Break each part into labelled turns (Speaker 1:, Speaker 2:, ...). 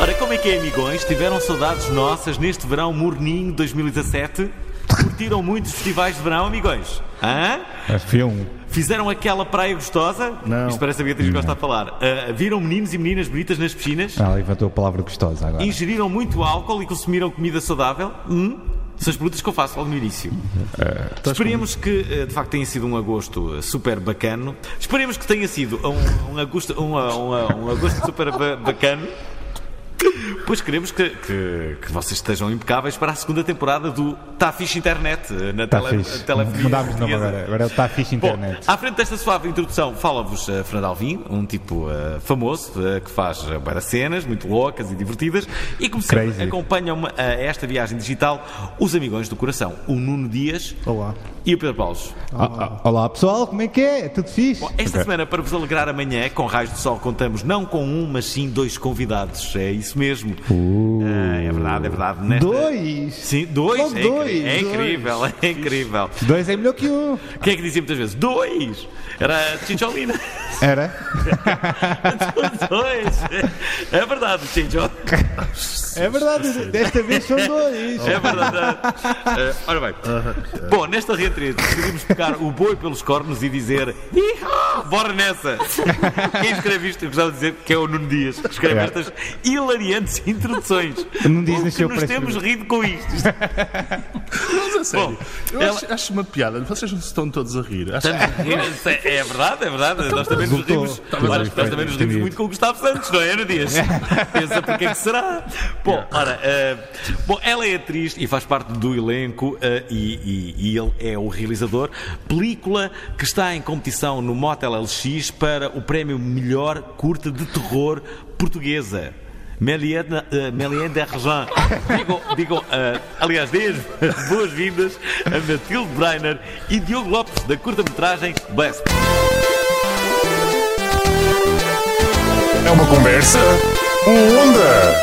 Speaker 1: Ora, como é que é, amigões? Tiveram saudades nossas neste verão morninho 2017? Curtiram muitos festivais de verão, amigões? Hã?
Speaker 2: É filme.
Speaker 1: Fizeram aquela praia gostosa?
Speaker 2: Não.
Speaker 1: Isto parece a Beatriz que gosta a falar. Ah, viram meninos e meninas bonitas nas piscinas?
Speaker 2: Ah, levantou a palavra gostosa agora.
Speaker 1: Ingeriram muito álcool e consumiram comida saudável? Hum? São as perguntas que eu faço logo no início. Esperemos que, eh, de facto, tenha sido um agosto eh, super bacano. Esperemos que tenha sido um, um, agosto, um, um, um agosto super ba- bacano. Pois queremos que, que, que vocês estejam impecáveis para a segunda temporada do Tá Fixe Internet eh, na
Speaker 2: Está
Speaker 1: tele,
Speaker 2: Tá fixe.
Speaker 1: telefonia
Speaker 2: Mudámos de nome
Speaker 1: portuguesa.
Speaker 2: agora. Agora está fixe
Speaker 1: Bom,
Speaker 2: internet.
Speaker 1: à frente desta suave introdução fala-vos eh, Fernando Alvim, um tipo eh, famoso eh, que faz eh, várias cenas muito loucas e divertidas e como sempre
Speaker 2: Crazy.
Speaker 1: acompanham-me a esta viagem digital os amigões do coração, o Nuno Dias
Speaker 3: Olá.
Speaker 1: e o Pedro Paulos.
Speaker 2: Ah, ah, Olá pessoal, como é que é? Tudo fixe?
Speaker 1: Bom, esta
Speaker 2: Ok.
Speaker 1: semana, para vos alegrar amanhã, com Raios de Sol, contamos não com um, mas sim dois convidados. É isso mesmo. Ah, é verdade, é verdade. Nesta-
Speaker 3: Dois?
Speaker 1: Sim, dois.
Speaker 3: Logo
Speaker 1: é, incri-
Speaker 3: dois,
Speaker 1: é
Speaker 3: dois.
Speaker 1: incrível, é incrível.
Speaker 2: Dois é melhor que um.
Speaker 1: Quem é que dizia muitas vezes? Dois! Era né? a Chicholina.
Speaker 2: Era?
Speaker 1: dois! É verdade, Chicho.
Speaker 2: É verdade, desta vez são dois.
Speaker 1: É verdade. Ah, ora bem. Bom, nesta retreta decidimos pegar o boi pelos cornos e dizer "Ihá, bora nessa! Quem escreve isto, eu gostava de dizer que é o Nuno Dias, que escreve
Speaker 2: É.
Speaker 1: estas hilariantes introduções.
Speaker 2: O Nuno Dias
Speaker 1: O que
Speaker 2: nasceu
Speaker 1: nós
Speaker 2: para
Speaker 1: temos
Speaker 2: escrever.
Speaker 1: rido com isto. Isto-
Speaker 4: Mas a sério, eu
Speaker 1: ela-
Speaker 4: acho, acho uma piada. Vocês não se estão todos a rir. Acho...
Speaker 1: É verdade, é verdade. Nós também nos
Speaker 2: Resultou.
Speaker 1: rimos,
Speaker 2: Estava
Speaker 1: Olha,
Speaker 2: bem
Speaker 1: nós
Speaker 2: feito,
Speaker 1: também nos rimos
Speaker 2: entendido.
Speaker 1: muito com o Gustavo Santos, não é, no Dias? Pensa porque é que será. Bom, ora, eh, bom, ela é atriz e faz parte do elenco eh, e, e- e ele é o realizador. Película que está em competição no Motel LX para o prémio Melhor Curta de Terror Portuguesa. Meliana, eh, Meliane d'Argent. Digam, digam, eh, aliás, deem as boas-vindas a Matilde Breiner e Diogo Lopes, da curta-metragem Blessed.
Speaker 5: É uma conversa boa onda.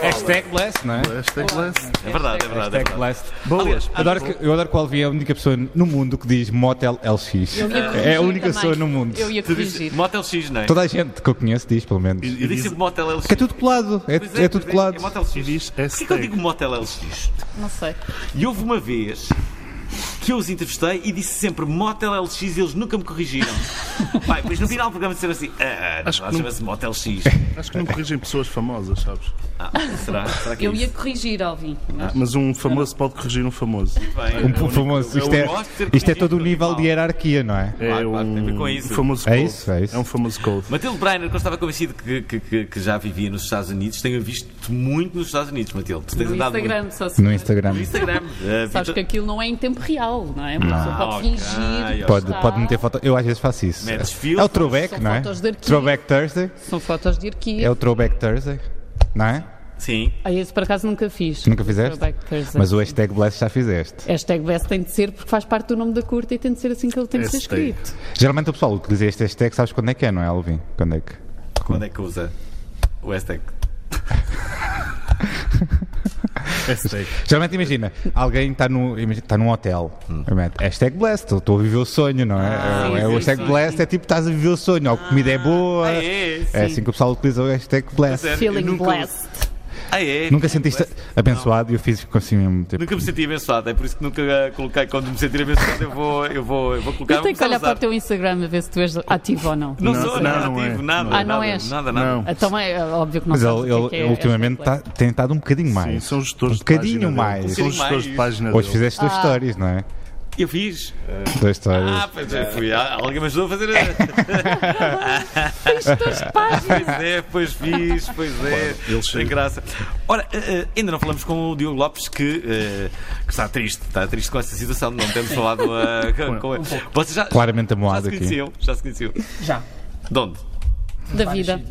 Speaker 2: Hashtag blessed, não é?
Speaker 4: Hashtag lance.
Speaker 1: É verdade, é verdade. É
Speaker 2: Hashtag
Speaker 1: verdade.
Speaker 2: blessed. Aliás, adoro que- eu adoro que o Alvi é a única pessoa no mundo que diz Motel LX.
Speaker 6: Eu ia corrigir
Speaker 2: É a única
Speaker 6: também.
Speaker 2: pessoa no mundo.
Speaker 6: Eu ia
Speaker 1: Tu dizes
Speaker 6: corrigir.
Speaker 1: Motel X, não é?
Speaker 2: Toda a gente que eu conheço diz, pelo menos.
Speaker 1: Eu disse Motel LX.
Speaker 2: Que é tudo colado. É,
Speaker 1: Pois
Speaker 2: é
Speaker 1: pois
Speaker 2: tudo colado.
Speaker 1: É Motel X.
Speaker 4: E diz
Speaker 1: Porquê que eu
Speaker 4: hashtag.
Speaker 1: digo Motel LX?
Speaker 6: Não sei.
Speaker 1: E houve uma vez que eu os entrevistei e disse sempre Motel LX e eles nunca me corrigiram. Pai, pois no final do programa disseram assim, ah, na
Speaker 4: Acho
Speaker 1: verdade
Speaker 4: que não-
Speaker 1: chama-se Motel X.
Speaker 4: Acho que não corrigem pessoas famosas, sabes?
Speaker 1: Ah, será? Será que é
Speaker 6: Eu
Speaker 1: isso?
Speaker 6: ia corrigir, Alvin. mas-
Speaker 4: Mas um famoso pode corrigir um famoso.
Speaker 1: Bem,
Speaker 2: Um pouco famoso. Isto é,
Speaker 1: eu gosto de ser
Speaker 2: isto é todo o
Speaker 1: corrigido,
Speaker 2: nível de
Speaker 1: animal.
Speaker 2: hierarquia, não é?
Speaker 4: É
Speaker 1: Claro, claro, tem a ver
Speaker 4: um
Speaker 1: com isso.
Speaker 4: famoso
Speaker 2: É
Speaker 4: code.
Speaker 2: isso, é isso.
Speaker 4: um famoso code.
Speaker 1: Matilde Breiner, que eu estava convencido que, que- que- que já vivia nos Estados Unidos, tenho visto-te muito nos Estados Unidos, Matilde. Tu tens
Speaker 6: No
Speaker 1: andado muito.
Speaker 6: Instagram, só se
Speaker 2: No Instagram.
Speaker 1: No Instagram. Ah,
Speaker 6: Sabes
Speaker 1: Vitor-
Speaker 6: que aquilo não é em tempo real, não é? Uma pessoa pode
Speaker 1: Ah, ok.
Speaker 6: fingir. que
Speaker 2: Pode,
Speaker 6: está.
Speaker 2: pode meter foto. Eu às vezes faço isso.
Speaker 1: Metes
Speaker 2: É o
Speaker 1: filtros,
Speaker 2: throwback,
Speaker 6: são
Speaker 2: não é?
Speaker 6: fotos de arquivo.
Speaker 2: Throwback Thursday.
Speaker 6: São fotos de arquivo.
Speaker 2: É o throwback Thursday, não é?
Speaker 1: Sim.
Speaker 6: Ah, esse por acaso nunca fiz.
Speaker 2: Nunca fizeste?
Speaker 6: Throwback Thursday.
Speaker 2: Mas o hashtag Bless já fizeste.
Speaker 6: Hashtag best tem de ser porque faz parte do nome da curta e tem de ser assim que ele tem de ser
Speaker 4: Hashtag.
Speaker 6: escrito.
Speaker 2: Geralmente o pessoal utiliza este hashtag, sabes quando é que é, não é, Alvin? Quando é que?
Speaker 1: Quando é que usa o hashtag?
Speaker 4: Hashtag.
Speaker 2: Geralmente imagina, alguém está no, imagina, tá num hotel. Obviamente, Hashtag blessed, eu estou a viver o sonho, não é?
Speaker 6: Ah,
Speaker 2: É-
Speaker 6: sim,
Speaker 2: é o
Speaker 6: sim,
Speaker 2: hashtag
Speaker 6: sim.
Speaker 2: blessed é tipo estás a viver o sonho, ou a comida é boa.
Speaker 1: Ah, é,
Speaker 2: É
Speaker 1: sim.
Speaker 2: assim que o pessoal utiliza o hashtag
Speaker 6: é,
Speaker 2: blessed.
Speaker 1: Sério, eu
Speaker 6: Feeling
Speaker 1: nunca
Speaker 6: blessed.
Speaker 1: Ah, é?
Speaker 2: Nunca sentiste abençoado e eu fiz com assim mesmo tipo.
Speaker 1: Nunca me senti abençoado, é por isso que nunca ah, coloquei. Quando me sentir abençoado, eu vou, eu vou, eu vou colocar
Speaker 6: Eu tenho que
Speaker 1: vou
Speaker 6: olhar para
Speaker 1: usar.
Speaker 6: o teu Instagram a ver se tu és ativo ou não.
Speaker 1: Não,
Speaker 4: Não,
Speaker 1: sou
Speaker 4: não,
Speaker 1: nada
Speaker 4: não é.
Speaker 1: ativo, nada.
Speaker 6: Ah, não
Speaker 1: nada,
Speaker 6: és?
Speaker 1: Nada, nada.
Speaker 4: Não.
Speaker 6: Então é é óbvio que não
Speaker 2: Mas
Speaker 6: sabes
Speaker 2: ele,
Speaker 6: o que é
Speaker 2: ele,
Speaker 6: que é
Speaker 2: ele ultimamente
Speaker 6: hashtag
Speaker 2: tá, tem estado um bocadinho mais.
Speaker 4: Sim, são os gestores
Speaker 2: Um bocadinho
Speaker 4: de página dele.
Speaker 2: mais.
Speaker 4: São os gestores de página
Speaker 2: Hoje
Speaker 4: dele.
Speaker 2: fizeste duas stories, não é?
Speaker 1: Eu fiz.
Speaker 2: Toy Story.
Speaker 1: Ah, pois é, fui. Ah, Alguém me ajudou a fazer. a-
Speaker 6: Estas
Speaker 2: tá-
Speaker 6: páginas.
Speaker 1: Pois é, pois fiz, pois é.
Speaker 4: ele chega.
Speaker 1: Tem graça. Ora, eh, eh, ainda não falamos com o Diogo Lopes que, eh, que está triste, está triste com esta situação. Não temos falado eh, com- com ele. Vocês já,
Speaker 2: Claramente
Speaker 1: já
Speaker 2: amoado
Speaker 1: se
Speaker 2: aqui.
Speaker 1: conheciam? Já se conheciam?
Speaker 3: Já.
Speaker 1: De onde?
Speaker 6: Da vida.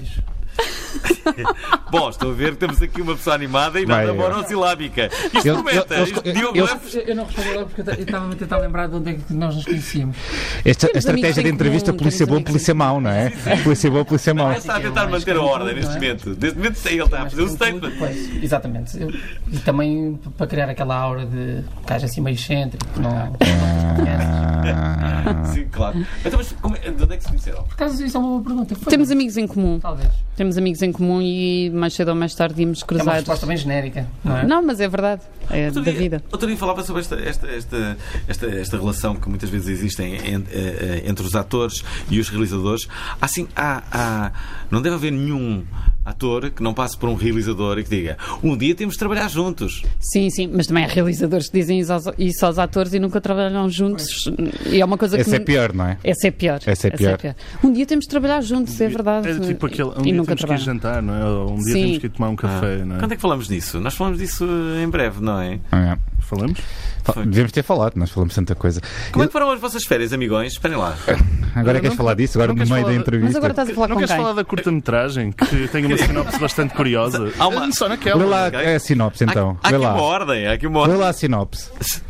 Speaker 1: Bom, estou a ver que temos aqui uma pessoa animada e nada
Speaker 2: Vai,
Speaker 1: monossilábica. Isto
Speaker 2: Eles-
Speaker 1: promete,
Speaker 2: eles-
Speaker 1: isto-
Speaker 2: eles-
Speaker 1: Diogo
Speaker 2: eles-
Speaker 1: Lopes.
Speaker 3: Eu, eu não respondo agora porque eu ta- eu estava a tentar lembrar de onde é que nós nos conhecíamos.
Speaker 2: Esta a
Speaker 6: Temos amigos
Speaker 2: estratégia de
Speaker 6: em
Speaker 2: entrevista
Speaker 6: comum,
Speaker 2: polícia
Speaker 6: temos
Speaker 2: bom,
Speaker 6: amigos
Speaker 2: polícia
Speaker 6: em
Speaker 2: mau, não é? Polícia bom, polícia mau.
Speaker 1: Ele está a tentar
Speaker 3: é
Speaker 1: manter a ordem neste momento. Neste momento ele está a
Speaker 3: Mas
Speaker 1: fazer um
Speaker 3: tudo,
Speaker 1: statement.
Speaker 3: pois, exatamente. Eu- e também p- para criar aquela aura de gajo assim meio excêntrico, que não, não te conhece.
Speaker 2: Ah,
Speaker 1: Sim, claro. Então, mas como é- de onde é que se conheceram?
Speaker 3: Por acaso, isso é uma boa pergunta. Foi,
Speaker 6: Temos amigos em comum.
Speaker 3: Talvez.
Speaker 6: Temos amigos em comum e mais cedo ou mais tarde íamos
Speaker 3: É uma
Speaker 6: cruzar.
Speaker 3: resposta bem genérica, não é?
Speaker 6: Não, mas é verdade. É da
Speaker 1: dia-
Speaker 6: vida.
Speaker 1: Outro dia falava sobre esta, esta, esta, esta, esta relação que muitas vezes existem en- eh, eh, entre os atores e os realizadores. Assim, há, há- não deve haver nenhum ator que não passe por um realizador e que diga um dia temos de trabalhar juntos.
Speaker 6: Sim, sim, mas também há realizadores que dizem isso aos, isso aos atores e nunca trabalham juntos. E é uma coisa que.
Speaker 2: Essa é
Speaker 6: nu-
Speaker 2: pior, não é?
Speaker 6: Essa é pior.
Speaker 2: Essa é pior.
Speaker 6: Um dia temos de trabalhar juntos, é verdade.
Speaker 4: É tipo aquele. Um
Speaker 6: e
Speaker 4: dia temos
Speaker 6: nunca
Speaker 4: que ir
Speaker 6: trabalham.
Speaker 4: jantar, não é? Ou Um dia
Speaker 6: Sim. Ah.
Speaker 4: temos que ir tomar um café, não
Speaker 1: Quando
Speaker 4: é?
Speaker 1: é que falamos disso? Nós falamos disso eh, em breve, não é?
Speaker 2: Ah,
Speaker 4: Falamos?
Speaker 2: é. Fa- Devíamos ter falado, nós falamos tanta coisa.
Speaker 1: Como é que foram as vossas férias, amigões? Esperem lá.
Speaker 2: É, Agora queres falar disso? Agora
Speaker 4: não
Speaker 2: no
Speaker 4: queres
Speaker 2: meio da
Speaker 4: falar-
Speaker 6: Mas
Speaker 2: entrevista.
Speaker 6: agora tá- estás a falar
Speaker 4: Não
Speaker 6: com quem?
Speaker 4: queres falar da curta-metragem? Que tem uma sinopse bastante curiosa.
Speaker 1: Há uma-
Speaker 4: Só
Speaker 2: Lê
Speaker 4: naquela.
Speaker 2: lá a sinopse então.
Speaker 1: há, há
Speaker 2: Lê
Speaker 1: aqui uma
Speaker 2: lá.
Speaker 1: ordem, há aqui uma
Speaker 2: Lê
Speaker 1: ordem.
Speaker 2: lá a sinopse.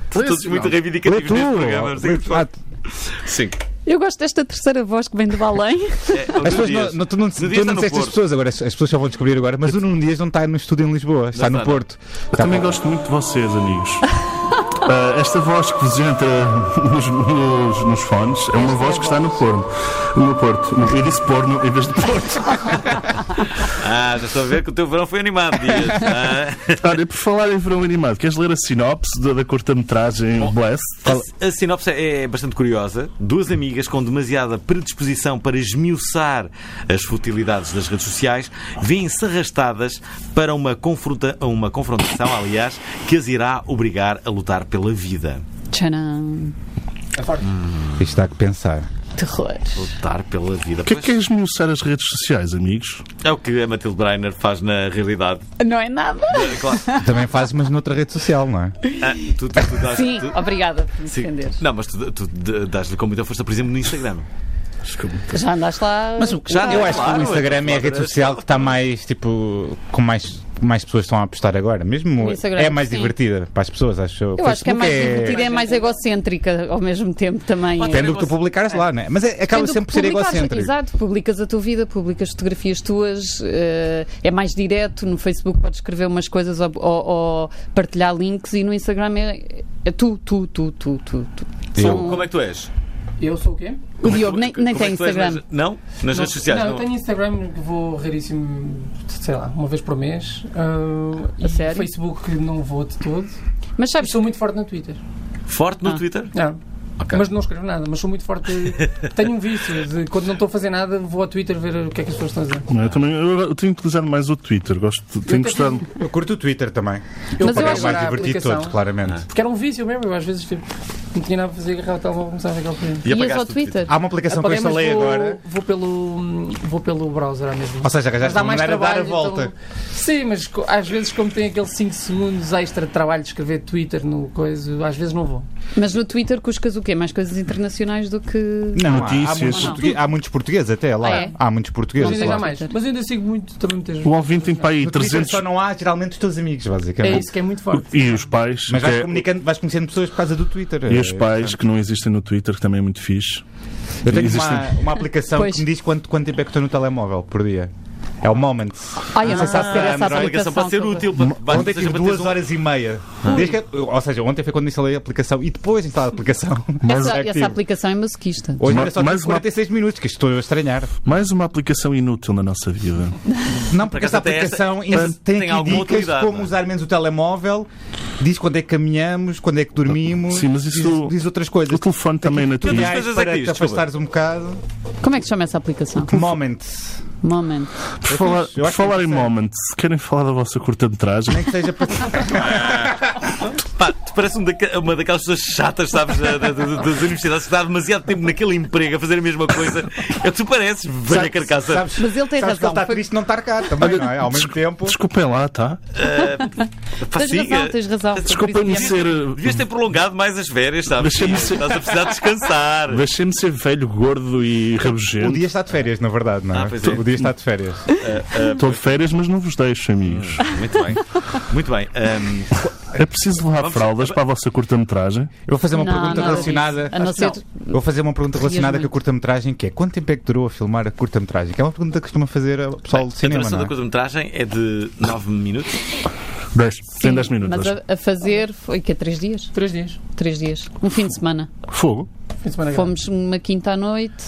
Speaker 1: Todos muito
Speaker 2: Lê
Speaker 1: reivindicativos
Speaker 2: tu.
Speaker 1: neste programa. não sei
Speaker 2: Lê
Speaker 1: o que
Speaker 2: tu. Ah,
Speaker 1: falar. Sim.
Speaker 6: Eu gosto desta terceira voz que vem do além.
Speaker 1: É, o
Speaker 2: As
Speaker 1: Nuno
Speaker 2: pessoas não,
Speaker 1: Dias.
Speaker 2: não- tu não,
Speaker 1: Nuno Dias
Speaker 2: tu
Speaker 1: está
Speaker 2: não
Speaker 1: no
Speaker 2: disseste as
Speaker 1: Porto.
Speaker 2: pessoas agora, as as pessoas já vão descobrir agora, mas o Nuno Dias não está no estúdio em Lisboa, está no
Speaker 1: está, não.
Speaker 2: Porto.
Speaker 4: Eu também gosto muito de vocês, amigos. Ah, esta voz que vos entra nos, nos- nos fones é uma voz que está no porno. No Porto. No- Eu disse porno em vez de Porto.
Speaker 1: Ah, já estou a ver que o teu verão foi animado, Dias. Ah.
Speaker 4: Olha, por falar em verão animado, queres ler a sinopse da, da curta-metragem Blessed?
Speaker 1: A sinopse é bastante curiosa. Duas amigas com demasiada predisposição para esmiuçar as futilidades das redes sociais vêm-se arrastadas para uma, confronta- uma confrontação, aliás, que as irá obrigar a lutar pela vida.
Speaker 6: Tcharam.
Speaker 2: Isto está a pensar.
Speaker 6: Terror.
Speaker 1: Lutar pela vida.
Speaker 4: O que é
Speaker 1: Pois,
Speaker 4: que é esmiuçar as redes sociais, amigos?
Speaker 1: é o que a Matilde Breiner faz na realidade.
Speaker 6: Não é nada.
Speaker 1: É Claro.
Speaker 2: Também fazes, mas noutra rede social, não é?
Speaker 1: Ah, tu, tu, tu dás-
Speaker 6: Sim,
Speaker 1: tu-
Speaker 6: obrigada por me
Speaker 1: sim.
Speaker 6: defender.
Speaker 1: Não, mas tu, tu d- dás-lhe com muita força, por exemplo, no Instagram.
Speaker 6: Já andaste lá. um Mas o que
Speaker 1: já-
Speaker 2: Eu acho
Speaker 1: claro,
Speaker 2: que o Instagram é a
Speaker 1: claro.
Speaker 2: rede social que está mais, tipo, com mais, mais pessoas estão a apostar agora. Mesmo
Speaker 6: O Instagram,
Speaker 2: é mais
Speaker 6: sim.
Speaker 2: divertida para as pessoas, acho eu.
Speaker 6: Eu acho que é
Speaker 2: Facebook
Speaker 6: mais divertida e é mais egocêntrica ao mesmo tempo também. É.
Speaker 2: Depende do que tu publicares lá, não é? Mas é- acaba
Speaker 6: Depende do
Speaker 2: sempre por
Speaker 6: que
Speaker 2: ser
Speaker 6: publicares.
Speaker 2: egocêntrico.
Speaker 6: Exato, publicas a tua vida, publicas fotografias tuas, eh, é mais direto. No Facebook podes escrever umas coisas ou, ou- ou partilhar links e no Instagram é, é tu, tu, tu, tu, tu. tu.
Speaker 2: Eu.
Speaker 1: Como é que tu és?
Speaker 3: Eu sou o quê?
Speaker 6: O Diogo nem, nem
Speaker 1: Como é
Speaker 6: tem
Speaker 1: que tu és
Speaker 6: Instagram.
Speaker 1: nas- não? Nas redes sociais?
Speaker 3: não, eu tenho Instagram que vou raríssimo, sei lá, uma vez por mês. Ah,
Speaker 6: A
Speaker 3: e
Speaker 6: sério?
Speaker 3: Facebook não vou de todo.
Speaker 6: Mas
Speaker 3: E
Speaker 6: sabes,
Speaker 3: sou muito forte no Twitter.
Speaker 1: Forte no
Speaker 6: Ah.
Speaker 1: Twitter?
Speaker 3: Não.
Speaker 1: Ok.
Speaker 3: É. Mas não escrevo nada, mas sou muito forte. Tenho um vício de quando não estou a fazer nada, vou ao Twitter ver o que é que as pessoas estão a dizer.
Speaker 4: Não, Eu, também, eu, eu tenho utilizado mais o Twitter. Gosto, tenho gostado.
Speaker 2: Eu curto o Twitter também.
Speaker 6: Mas eu
Speaker 3: paguei
Speaker 2: é
Speaker 6: acho-
Speaker 2: o
Speaker 3: para
Speaker 2: mais
Speaker 3: a
Speaker 2: divertido
Speaker 3: aplicação,
Speaker 2: todo, claramente.
Speaker 3: Porque era um vício mesmo, eu às vezes tipo, não tinha nada a fazer, agarrava o telemóvel e começava a ver aquele filme.
Speaker 1: E
Speaker 6: ias
Speaker 1: apagaste
Speaker 6: ao
Speaker 1: o Twitter?
Speaker 6: Twitter.
Speaker 2: Há uma aplicação que eu
Speaker 3: Apaguei, mas
Speaker 2: instalei
Speaker 3: vou,
Speaker 2: agora.
Speaker 3: Vou pelo, vou pelo browser à mesma.
Speaker 2: Ou seja, arranjaste
Speaker 3: Mas dá
Speaker 2: uma
Speaker 3: mais
Speaker 2: maneira de dar a
Speaker 3: trabalho.
Speaker 2: volta.
Speaker 3: então- Sim, mas co- às vezes, como tem aqueles 5 segundos extra de trabalho de escrever Twitter no coisa, às vezes não vou.
Speaker 6: Mas no Twitter cuscas o quê? Mais coisas internacionais do que.
Speaker 2: Não, há- Há,
Speaker 4: Notícias.
Speaker 2: muitos portugueses, há muitos portugueses até lá.
Speaker 6: Ah, é?
Speaker 2: Há muitos
Speaker 3: Mas
Speaker 2: portugueses
Speaker 3: ainda
Speaker 2: lá.
Speaker 3: já mais. Mas eu ainda sigo muito também muitas
Speaker 4: O ouvinte tem para aí
Speaker 2: No Twitter
Speaker 4: 300.
Speaker 2: só não há geralmente os teus amigos,
Speaker 3: É
Speaker 2: basicamente.
Speaker 3: isso que é muito forte.
Speaker 4: E os pais.
Speaker 2: Mas
Speaker 4: que
Speaker 2: vais,
Speaker 4: é-
Speaker 2: comunicando, vais conhecendo pessoas por causa do Twitter.
Speaker 4: E os pais que não existem no Twitter, que também é muito fixe.
Speaker 2: Eu tenho uma,
Speaker 4: existem-
Speaker 2: uma aplicação
Speaker 6: Pois.
Speaker 2: que me diz quanto, quanto tempo é que estou no telemóvel por dia. É o Moments.
Speaker 6: Ai, eu não posso ter essa
Speaker 1: A
Speaker 6: aplicação.
Speaker 1: ligação pode ser
Speaker 6: toda.
Speaker 1: útil. Para, para,
Speaker 4: é
Speaker 2: ontem tive
Speaker 1: para
Speaker 2: duas
Speaker 1: teres um-
Speaker 2: horas e meia.
Speaker 6: Ah.
Speaker 2: Desde que- ou seja, ontem foi quando instalei a aplicação e depois instalei a aplicação.
Speaker 6: É Essa,
Speaker 2: Active.
Speaker 6: essa aplicação é masoquista.
Speaker 2: Hoje era
Speaker 4: Ma-
Speaker 2: só
Speaker 4: mais
Speaker 2: tive
Speaker 4: uma-
Speaker 2: 46 minutos, que estou a estranhar.
Speaker 4: Mais uma aplicação inútil na nossa vida.
Speaker 2: Não,
Speaker 1: acaso
Speaker 2: porque essa
Speaker 1: até
Speaker 2: aplicação
Speaker 1: essa-
Speaker 2: ins- tem,
Speaker 1: tem
Speaker 2: aqui
Speaker 1: alguma
Speaker 2: dicas de
Speaker 1: utilidade,
Speaker 2: como
Speaker 1: não é?
Speaker 2: usar menos o telemóvel, diz quando é que caminhamos, quando é que dormimos,
Speaker 4: Sim, mas isso-
Speaker 2: diz, diz outras coisas.
Speaker 4: O telefone também na
Speaker 1: Outras
Speaker 4: Twitter.
Speaker 2: Reais
Speaker 1: coisas é
Speaker 2: para
Speaker 1: que
Speaker 2: te
Speaker 1: diz, desculpa.
Speaker 2: afastares um bocado.
Speaker 6: Como é que se chama essa aplicação?
Speaker 2: Moments.
Speaker 6: Moment.
Speaker 4: Por falar,
Speaker 2: Eu
Speaker 4: por
Speaker 2: acho que é
Speaker 4: falar em
Speaker 2: isso é-
Speaker 4: Moments, querem falar da vossa curta-metragem?
Speaker 2: Nem que seja para.
Speaker 1: Pá, tu parece um daque- uma daquelas pessoas chatas, sabes, da- da- da- das universidades, que está há demasiado tempo naquele emprego a fazer a mesma coisa. É o que tu pareces, velha carcaça.
Speaker 2: Sabes-
Speaker 6: Mas ele tem
Speaker 2: sabes que ele
Speaker 6: razão,
Speaker 2: está
Speaker 6: foi-
Speaker 2: triste de não estar cá também, não é? Ao mesmo
Speaker 4: Desculpa-
Speaker 2: tempo.
Speaker 4: Desculpem lá, tá?
Speaker 1: Pá,
Speaker 6: Tens
Speaker 1: sim,
Speaker 6: razão,
Speaker 1: eh,
Speaker 6: tens razão.
Speaker 4: Desculpem-me
Speaker 6: Por isso, é
Speaker 4: ser.
Speaker 1: Devias ter prolongado mais as férias, sabes?
Speaker 4: Deixa-me
Speaker 1: Estás a precisar descansar.
Speaker 4: Deixem-me ser velho, gordo e
Speaker 2: O
Speaker 4: rabugento.
Speaker 2: dia está de férias, na verdade, não é?
Speaker 1: Ah, pois é.
Speaker 2: O dia está de férias.
Speaker 1: Ah,
Speaker 4: Estou de férias, mas não vos deixo, amigos.
Speaker 1: Muito bem. Muito bem. Ahm,
Speaker 4: É preciso levar fraldas para a vossa curta-metragem?
Speaker 2: Eu vou fazer uma
Speaker 6: Não,
Speaker 2: pergunta
Speaker 6: nada
Speaker 2: relacionada.
Speaker 6: disso. A não
Speaker 2: Acho que
Speaker 6: ser-
Speaker 2: Eu Vou fazer uma pergunta
Speaker 6: Rias
Speaker 2: relacionada com a
Speaker 6: muito.
Speaker 2: curta-metragem, que é quanto tempo é que durou a filmar a curta-metragem? Que é uma pergunta que costuma fazer o pessoal de
Speaker 1: a
Speaker 2: cinema,
Speaker 1: duração
Speaker 2: não
Speaker 1: da
Speaker 2: é?
Speaker 1: curta-metragem é de 9 minutos.
Speaker 4: 10. Tem
Speaker 6: sim,
Speaker 4: 10 minutos.
Speaker 6: Mas a, a fazer foi que é três dias?
Speaker 3: Três dias.
Speaker 6: Três dias. Um fim de semana.
Speaker 4: Fogo.
Speaker 3: Fim de semana grande.
Speaker 6: Fomos uma quinta à noite.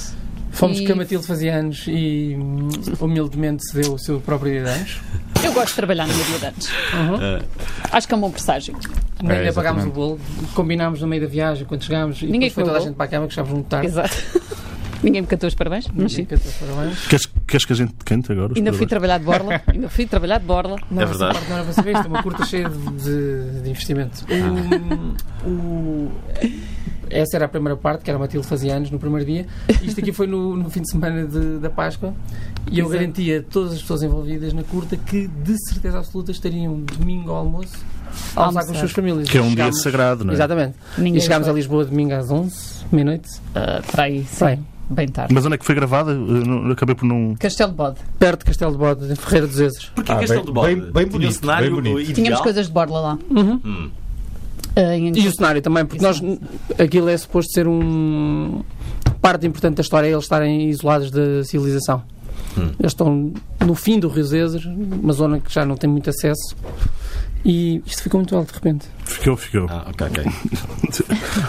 Speaker 3: Fomos
Speaker 6: E-
Speaker 3: que a Matilde fazia anos e hum, humildemente se deu o seu próprio dia de anos.
Speaker 6: Eu gosto de trabalhar no meio de anos.
Speaker 1: Ah.
Speaker 6: Acho que é um bom presságio.
Speaker 3: Nem ainda pagámos
Speaker 2: exatamente.
Speaker 3: o bolo, combinámos no meio da viagem quando chegámos e
Speaker 6: Ninguém
Speaker 3: depois foi toda a
Speaker 6: comeu.
Speaker 3: gente para a cama que chegámos muito tarde.
Speaker 6: Exato. Ninguém me cantou os parabéns, mas sim.
Speaker 3: Ninguém cantou os parabéns.
Speaker 4: Queres, queres que a gente cante agora? os
Speaker 6: Ainda fui
Speaker 4: parabéns?
Speaker 6: trabalhar de borla. Ainda fui trabalhar de borla.
Speaker 3: Não,
Speaker 1: É
Speaker 3: essa
Speaker 1: verdade.
Speaker 3: parte não era para saber isto, é uma curta cheia de, de- de investimento.
Speaker 4: Ah.
Speaker 3: O- o- essa era a primeira parte, que era a Matilde fazia anos no primeiro dia. Isto aqui foi no, no fim de semana de- da Páscoa e eu
Speaker 6: Exato.
Speaker 3: garantia a todas as pessoas envolvidas na curta que de certeza absoluta estariam domingo ao almoço a almoçar com as
Speaker 6: Almoçar.
Speaker 3: suas famílias.
Speaker 4: Que é um dia
Speaker 3: Chegámos-
Speaker 4: sagrado, não é?
Speaker 3: Exatamente.
Speaker 6: Ninguém
Speaker 3: e chegámos
Speaker 6: foi.
Speaker 3: a Lisboa domingo às 11, meia-noite.
Speaker 6: Ah, para aí, sim.
Speaker 3: Bem.
Speaker 6: Bem tarde.
Speaker 4: Mas onde é que foi gravada? Eu não- eu acabei por não.
Speaker 6: Castelo de Bode.
Speaker 3: Perto de Castelo de Bode, em Ferreira dos Ezes.
Speaker 1: Porquê
Speaker 2: Ah,
Speaker 1: Castelo
Speaker 2: bem-
Speaker 1: de Bode?
Speaker 2: bem- bem
Speaker 1: Tinha um
Speaker 2: bonito,
Speaker 1: cenário
Speaker 2: bem bonito.
Speaker 1: ideal.
Speaker 6: Tínhamos coisas de borla lá.
Speaker 3: Uhum.
Speaker 1: Hum.
Speaker 6: Ah, em-
Speaker 3: E o cenário também, porque nós aquilo é suposto ser um parte importante da história é eles estarem isolados da civilização. Eles estão no fim do Rio Zezer, uma zona que já não tem muito acesso. E isto ficou muito alto de repente.
Speaker 4: Ficou, ficou.
Speaker 1: Ah, ok, ok.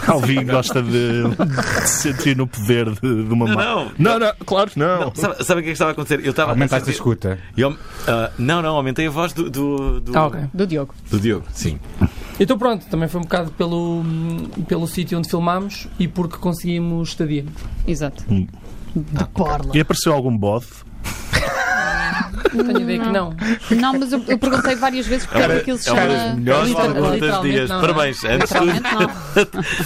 Speaker 4: Alvin gosta de, de sentir no poder de, de uma
Speaker 1: Não,
Speaker 4: ma-
Speaker 1: não.
Speaker 4: não, não, claro que não.
Speaker 1: Sabe, sabe o que é que estava a acontecer? Eu estava
Speaker 2: Aumentaste a
Speaker 1: sentir-
Speaker 2: escuta.
Speaker 1: Eu, ah, não, não, aumentei a voz do, do, do,
Speaker 3: Ah, ok.
Speaker 6: Do Diogo.
Speaker 1: do Diogo. Sim.
Speaker 3: Então pronto, também foi um bocado pelo, pelo sítio onde filmámos e porque conseguimos estadia.
Speaker 6: Exato.
Speaker 4: Hum.
Speaker 6: De borla.
Speaker 4: E apareceu algum bode?
Speaker 3: Tenho ideia que não.
Speaker 6: Não, mas eu, eu perguntei várias vezes porque
Speaker 1: uma-
Speaker 6: é aquilo se
Speaker 1: é uma
Speaker 6: chama.
Speaker 1: das melhores
Speaker 6: literal-
Speaker 1: perguntas
Speaker 6: literalmente
Speaker 1: dias.
Speaker 3: não, não é?
Speaker 1: parabéns. Antes de
Speaker 6: Literalmente não.
Speaker 1: tudo, os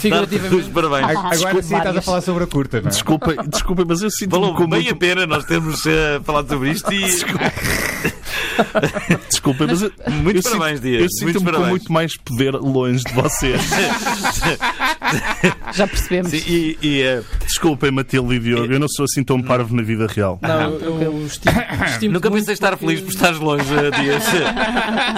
Speaker 3: Figurativamente.
Speaker 1: parabéns.
Speaker 2: Agora sim estás a
Speaker 6: várias.
Speaker 2: falar sobre a curta, não é?
Speaker 4: Desculpa, desculpa, mas eu sinto-me
Speaker 1: Valeu
Speaker 4: com
Speaker 1: bem a
Speaker 4: muito.
Speaker 1: pena nós termos eh, falado sobre isto e
Speaker 4: Desculpa, mas eu,
Speaker 1: muito
Speaker 4: eu
Speaker 1: parabéns,
Speaker 4: sinto,
Speaker 1: Dias.
Speaker 4: eu
Speaker 1: Muito
Speaker 4: sinto-me com
Speaker 1: parabéns.
Speaker 4: muito mais poder longe de vocês.
Speaker 6: Já percebemos.
Speaker 1: Sim, e, e, eh,
Speaker 4: Desculpem, Matilde e Diogo, eu não sou assim tão parvo na vida real.
Speaker 3: Não, eu, eu estimo, estimo
Speaker 1: nunca
Speaker 3: muito
Speaker 1: pensei estar
Speaker 3: porque-
Speaker 1: feliz por estares longe, eh, Dias. De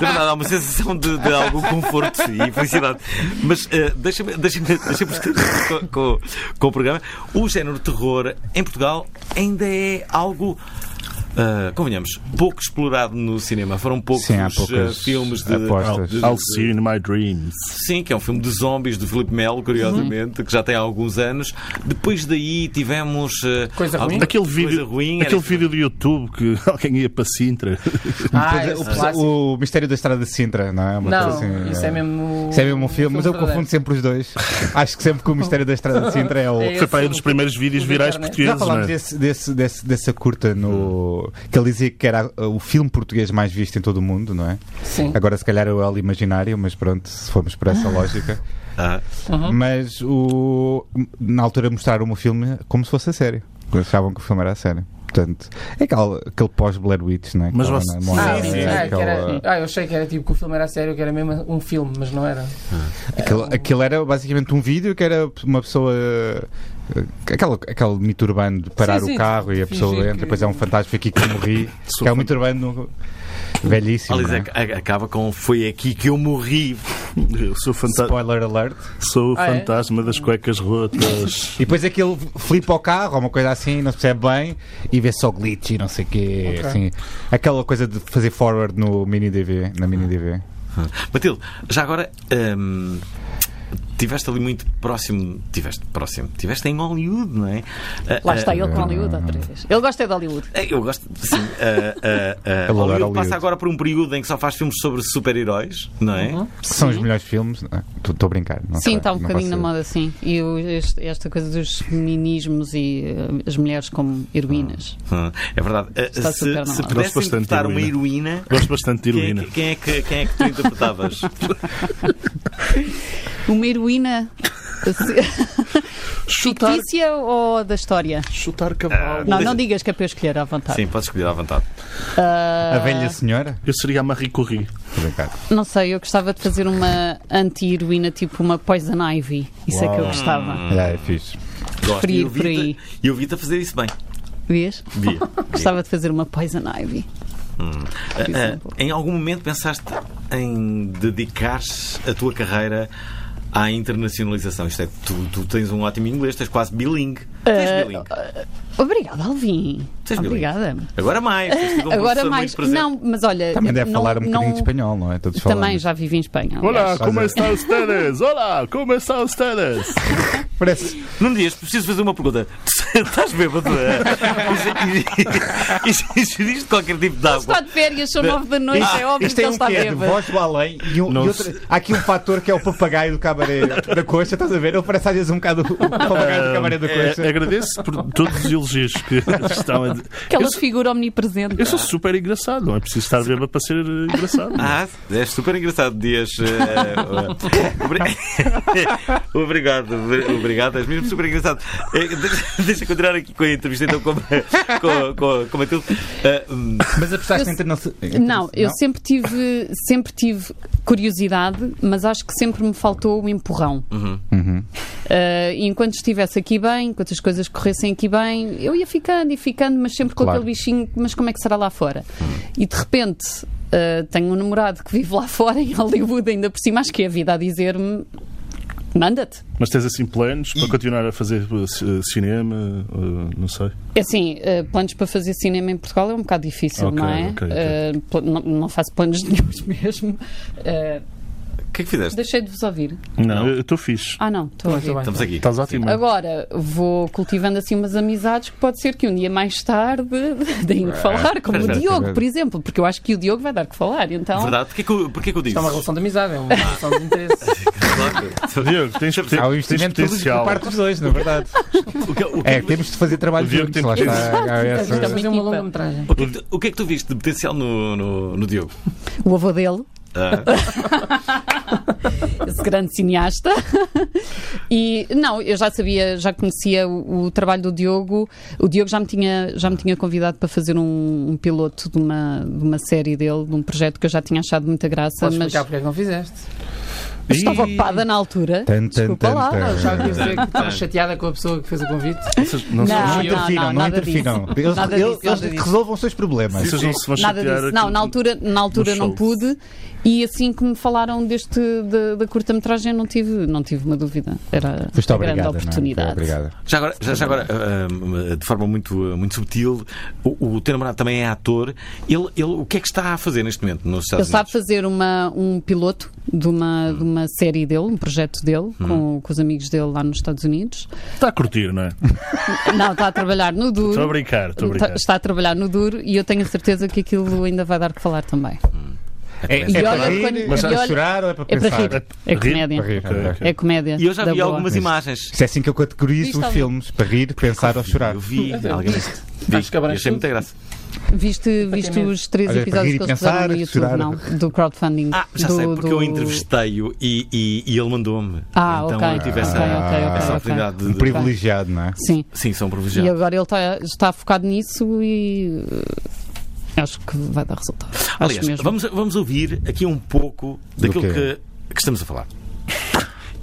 Speaker 1: verdade, há uma sensação de, de algum conforto e felicidade. Mas eh, deixa-me deixa deixa com, com, com o programa. O género terror em Portugal ainda é algo. eh, convenhamos, pouco explorado no cinema. Foram poucos
Speaker 2: Sim, há
Speaker 1: eh,
Speaker 2: poucas
Speaker 1: filmes de,
Speaker 2: apostas.
Speaker 1: de-
Speaker 4: I'll see you in my dreams.
Speaker 1: Sim, que é um filme de zombies do Filipe Melo, curiosamente,
Speaker 3: Uhum.
Speaker 1: que já tem há alguns anos. Depois daí tivemos. eh,
Speaker 3: Coisa
Speaker 1: algum-
Speaker 3: ruim?
Speaker 4: Aquele
Speaker 1: Coisa
Speaker 4: vídeo,
Speaker 1: ruim. era-
Speaker 4: aquele vídeo do YouTube que alguém ia para Sintra.
Speaker 3: Ah,
Speaker 2: O
Speaker 3: esse
Speaker 2: pessoal-
Speaker 3: clássico.
Speaker 2: O Mistério da Estrada de Sintra, não é? Uma
Speaker 3: Não,
Speaker 2: coisa assim,
Speaker 3: isso é mesmo.
Speaker 2: Isso é mesmo um filme, mas eu
Speaker 3: verdadeiro.
Speaker 2: confundo sempre os dois. Acho que sempre que o Mistério da Estrada de Sintra é o. né?
Speaker 3: É
Speaker 4: Foi para aí
Speaker 3: esse
Speaker 4: um dos
Speaker 3: o-
Speaker 4: primeiros vídeos
Speaker 3: o da
Speaker 4: virais
Speaker 3: internet.
Speaker 2: Já
Speaker 4: portugueses. não
Speaker 2: falámos
Speaker 4: é?
Speaker 2: desse, desse- desse- dessa curta no. que ele dizia que era uh, o filme português mais visto em todo o mundo, não é?
Speaker 3: Sim.
Speaker 2: Agora, se calhar, é o El Imaginário, mas pronto, se formos por essa lógica.
Speaker 1: Ah,
Speaker 3: Uhum.
Speaker 2: Mas o, na altura mostraram o filme como se fosse a sério. Achavam que o filme era a sério. Portanto, é aquele, aquele pós-Blair Witch, né? que
Speaker 4: Mas
Speaker 2: estava
Speaker 4: você-
Speaker 2: na moda,
Speaker 3: Ah, sim,
Speaker 2: né,
Speaker 3: ah, que
Speaker 2: aquele-
Speaker 3: era- ah, eu achei que era tipo que o filme era sério, que era mesmo um filme, mas não era.
Speaker 2: aquele- aquele era basicamente um vídeo que era uma pessoa. Aquele, aquele mito urbano de parar
Speaker 3: Sim, sim,
Speaker 2: o carro e a
Speaker 3: fingir
Speaker 2: pessoa entra,
Speaker 3: que-
Speaker 2: depois é um fantasma, foi aqui que eu morri. que é um mito urbano velhíssimo.
Speaker 1: Aliás, é
Speaker 2: né?
Speaker 1: ac- a- acaba com Foi aqui que eu morri.
Speaker 4: é? Eu sou, fanta-
Speaker 2: Spoiler alert.
Speaker 4: sou o
Speaker 3: Ah, é?
Speaker 4: fantasma das cuecas rotas.
Speaker 2: E depois aquele flipa o carro, ou uma coisa assim, não se percebe bem, e vê só glitch e não sei o quê. Assim. Aquela coisa de fazer forward no mini DV, na mini DV.
Speaker 1: Matilde, já agora. ahm, hum, tiveste ali muito próximo, tiveste próximo, tiveste em Hollywood, não é? Ah,
Speaker 6: Lá
Speaker 1: ah,
Speaker 6: está ele com Hollywood outra vez. Ele gosta é de Hollywood.
Speaker 1: é, Eu gosto, sim. ah, ah, ah,
Speaker 2: adora
Speaker 1: Hollywood
Speaker 2: Hollywood.
Speaker 1: passa agora por um período em que só faz filmes sobre super-heróis, não é?
Speaker 6: Uhum.
Speaker 2: Que são os melhores filmes. Estou a brincar. não
Speaker 6: Sim,
Speaker 2: sei,
Speaker 6: está um
Speaker 2: não
Speaker 6: bocadinho na
Speaker 2: posso-
Speaker 6: moda, sim. E o- este- esta coisa dos feminismos e eh, as mulheres como heroínas.
Speaker 1: Hum, É verdade. Ah,
Speaker 6: Está super na
Speaker 1: se se pudesse
Speaker 4: Gosto
Speaker 6: moda.
Speaker 4: bastante de
Speaker 1: interpretar uma heroína,
Speaker 4: Gosto bastante de
Speaker 1: quem é,
Speaker 4: heroína.
Speaker 1: que, quem, é que, quem é que tu interpretavas?
Speaker 6: Ah. Uma heroína se- fictícia ou da história?
Speaker 4: Chutar cavalo.
Speaker 6: Não, não digas que é para eu escolher à vontade.
Speaker 1: Sim, podes escolher à vontade.
Speaker 6: Ah,
Speaker 2: A velha senhora?
Speaker 4: Eu seria a Marie Curie.
Speaker 2: Estou a brincar.
Speaker 6: Não sei, eu gostava de fazer uma anti-heroína, tipo uma Poison Ivy. Isso é que eu gostava.
Speaker 4: Hum.
Speaker 2: Ah, é fixe.
Speaker 1: Gosto.
Speaker 6: Preferir
Speaker 1: E eu
Speaker 6: por aí.
Speaker 1: vi-te e eu vi-te a fazer isso bem.
Speaker 6: Vês?
Speaker 1: Vi.
Speaker 6: Gostava de fazer uma Poison Ivy.
Speaker 1: Ah, ah, em algum momento pensaste em dedicar a tua carreira à internacionalização? Isto é, tu, tu tens um ótimo inglês, tens quase bilingue. Tens
Speaker 6: Eh,
Speaker 1: bilingue.
Speaker 6: Obrigada, Alvin.
Speaker 1: Tens bilingue.
Speaker 6: Obrigada.
Speaker 1: Agora mais. tens tido um
Speaker 6: Agora
Speaker 1: professor muito
Speaker 6: mais.
Speaker 1: presente.
Speaker 6: Não, mas olha.
Speaker 2: Também deve
Speaker 6: não-
Speaker 2: falar um bocadinho
Speaker 6: não-
Speaker 2: de espanhol, não é? Todos
Speaker 6: Também
Speaker 2: falamos.
Speaker 6: já vivi em Espanha.
Speaker 4: Olá,
Speaker 6: aliás.
Speaker 4: como estão ustedes? Olá, como estão ustedes?
Speaker 2: Parece.
Speaker 1: Nuno Dias, preciso fazer uma pergunta. Tu Estás bêbado? é? E- e- e Ingeriste qualquer tipo de água?
Speaker 6: Está de férias, são nove da noite,
Speaker 2: Ah,
Speaker 6: é óbvio
Speaker 2: um
Speaker 6: que ele está bêbado.
Speaker 2: do além e, um,
Speaker 4: Não
Speaker 2: outra- Há aqui um fator que é o papagaio do cabaré da coxa, estás a ver? Ele parece às vezes um bocado o papagaio do cabaré da
Speaker 4: É,
Speaker 2: coxa.
Speaker 4: agradeço por todos os elogios que estão a dizer.
Speaker 6: Aquela figura omnipresente.
Speaker 4: Eu sou super engraçado, não é preciso estar bêbado para ser eh, engraçado.
Speaker 1: Ah, és super engraçado, Dias. Eh, obri- obrigado, obri- obrigado, és mesmo super engraçado. Eh, de- Deixa eu continuar aqui com a entrevista então com, a- com, a- com, a- com a Matilde. Eh, hum,
Speaker 2: Mas apostaste
Speaker 6: Eu-
Speaker 2: em ter não
Speaker 4: É
Speaker 2: se-
Speaker 6: Não, eu sempre tive, sempre tive curiosidade, mas acho que sempre me faltou o empurrão.
Speaker 4: Uhum.
Speaker 6: Ah, e enquanto estivesse aqui bem, enquanto as coisas corressem aqui bem, eu ia ficando e ficando, mas sempre com
Speaker 2: Claro.
Speaker 6: aquele bichinho, mas como é que será lá fora? E de repente ah, tenho um namorado que vive lá fora, em Hollywood, ainda por cima, acho que é a vida a dizer-me: manda-te.
Speaker 4: Mas tens assim planos para continuar a fazer eh, ci- eh, cinema? eh, não sei.
Speaker 6: É Assim, eh, planos para fazer cinema em Portugal é um bocado difícil,
Speaker 4: Ok,
Speaker 6: não é?
Speaker 4: ok, ok.
Speaker 6: Eh, pla- não, não faço planos nenhuns mesmo. Eh,
Speaker 1: O que é que fizeste?
Speaker 6: deixei de vos ouvir.
Speaker 4: Não, eu estou fixe.
Speaker 6: Ah, não, estou a
Speaker 3: Muito
Speaker 6: ouvir.
Speaker 3: bem.
Speaker 1: Estamos aqui.
Speaker 4: Estás ótimo.
Speaker 6: Agora vou cultivando assim umas amizades que pode ser que um dia mais tarde deem
Speaker 2: É,
Speaker 6: que falar, como o
Speaker 1: Exatamente.
Speaker 6: Diogo, por exemplo, porque eu acho que o Diogo vai dar que falar, então.
Speaker 1: Verdade? Porquê que eu, porquê que eu
Speaker 3: Isto
Speaker 1: digo?
Speaker 3: é uma relação de amizade, é uma relação de interesse.
Speaker 1: Claro.
Speaker 4: Diogo, tens, poten-
Speaker 2: Há um
Speaker 4: tens
Speaker 2: investimento público por
Speaker 4: potencial.
Speaker 2: parte dos dois, na verdade.
Speaker 1: O que- o que-
Speaker 2: É, temos de fazer trabalho
Speaker 4: O Diogo
Speaker 2: juntos,
Speaker 4: tem-
Speaker 2: lá está. Há
Speaker 3: Vamos
Speaker 2: essa-
Speaker 3: fazer uma
Speaker 6: é equipa.
Speaker 3: longa-metragem.
Speaker 1: o que é que tu- O que é que tu viste de potencial no, no, no Diogo?
Speaker 6: O avô dele,
Speaker 1: Ah,
Speaker 6: esse grande cineasta. E não, eu já sabia, já conhecia o, o trabalho do Diogo. O Diogo já me tinha, já me tinha convidado para fazer um, um piloto de uma, de uma série dele, de um projeto que eu já tinha achado muita graça,
Speaker 3: Podes
Speaker 6: mas
Speaker 3: explicar porque é que não fizeste.
Speaker 6: estava
Speaker 4: Ih,
Speaker 6: ocupada na altura.
Speaker 2: Tan, tan,
Speaker 6: Desculpa
Speaker 2: tan,
Speaker 6: lá.
Speaker 2: tan.
Speaker 3: Já devia dizer que
Speaker 1: Tá.
Speaker 3: estava chateada com a pessoa que fez o convite.
Speaker 4: Vocês não,
Speaker 6: Não.
Speaker 4: não.
Speaker 2: Não interfiram, não
Speaker 6: nada
Speaker 2: interfiram.
Speaker 6: disso.
Speaker 2: Eles-
Speaker 6: Nada disso,
Speaker 2: eles-
Speaker 6: nada
Speaker 2: Eles
Speaker 6: disso.
Speaker 2: resolvam os seus problemas.
Speaker 4: Vocês não se vão
Speaker 6: Nada
Speaker 4: chatear
Speaker 6: disso. Não,
Speaker 4: aqui.
Speaker 6: na altura, na altura
Speaker 4: no
Speaker 6: não
Speaker 4: show.
Speaker 6: pude. E assim que me falaram deste da, da curta-metragem, não tive, não tive uma dúvida. Era
Speaker 2: Foste
Speaker 6: uma grande
Speaker 2: obrigada. não é?
Speaker 6: oportunidade.
Speaker 2: Obrigada.
Speaker 1: já agora, já, já agora ah, ah, de forma muito, ah, muito subtil, o, o teu namorado também é ator. Ele, ele, o que é que está a fazer neste momento nos
Speaker 6: Ele
Speaker 1: Estados
Speaker 6: está a
Speaker 1: Unidos?
Speaker 6: fazer uma, um piloto de uma, de uma série dele, um projeto dele, com, com os amigos dele lá nos Estados Unidos.
Speaker 4: Está a curtir, não é?
Speaker 6: Não, está a trabalhar no duro.
Speaker 4: Estou a brincar, estou a
Speaker 6: Tá-
Speaker 4: brincar.
Speaker 6: Está a trabalhar no duro e eu tenho a certeza que aquilo ainda vai dar que falar também.
Speaker 2: É,
Speaker 6: E
Speaker 2: é para
Speaker 6: olha
Speaker 2: rir,
Speaker 6: quando-
Speaker 2: é
Speaker 6: e
Speaker 2: para
Speaker 6: olha-
Speaker 2: chorar ou é para
Speaker 6: É para
Speaker 2: pensar?
Speaker 6: rir. É
Speaker 4: Rir?
Speaker 2: Para
Speaker 6: comédia.
Speaker 2: rir, ok, ok.
Speaker 6: É comédia.
Speaker 1: E eu já
Speaker 6: da
Speaker 1: vi
Speaker 6: boa.
Speaker 1: algumas imagens.
Speaker 2: Isto é assim que eu categorizo
Speaker 6: Isto
Speaker 2: os
Speaker 6: ali.
Speaker 2: filmes: para rir, pensar ou chorar.
Speaker 1: Eu vi, alguém disse. Vi,
Speaker 3: Acho que abrange
Speaker 1: e achei
Speaker 3: tudo.
Speaker 1: muita graça.
Speaker 6: Viste, viste
Speaker 3: medo.
Speaker 6: os três
Speaker 2: Olha, para
Speaker 6: episódios
Speaker 2: rir
Speaker 6: que
Speaker 2: e
Speaker 6: eles fizeram no
Speaker 2: pensar,
Speaker 6: YouTube,
Speaker 2: chorar.
Speaker 6: não? Do crowdfunding.
Speaker 1: Ah, já
Speaker 6: do,
Speaker 1: sei, porque
Speaker 6: do-
Speaker 1: eu entrevistei-o e, e- e ele mandou-me.
Speaker 6: Ah,
Speaker 1: então
Speaker 6: ok,
Speaker 1: eu tive essa,
Speaker 6: ok, ok, ok,
Speaker 1: essa
Speaker 6: ok.
Speaker 1: oportunidade de-
Speaker 2: Um
Speaker 1: de.
Speaker 2: privilegiado, não é?
Speaker 6: Sim.
Speaker 1: Sim, um são
Speaker 6: E
Speaker 1: privilegiados.
Speaker 6: agora ele está, está focado nisso e eh, acho que vai dar resultado. acho
Speaker 1: Aliás,
Speaker 6: mesmo.
Speaker 1: vamos, vamos ouvir aqui um pouco
Speaker 2: Do
Speaker 1: daquilo que,
Speaker 2: quê?
Speaker 1: que estamos a falar.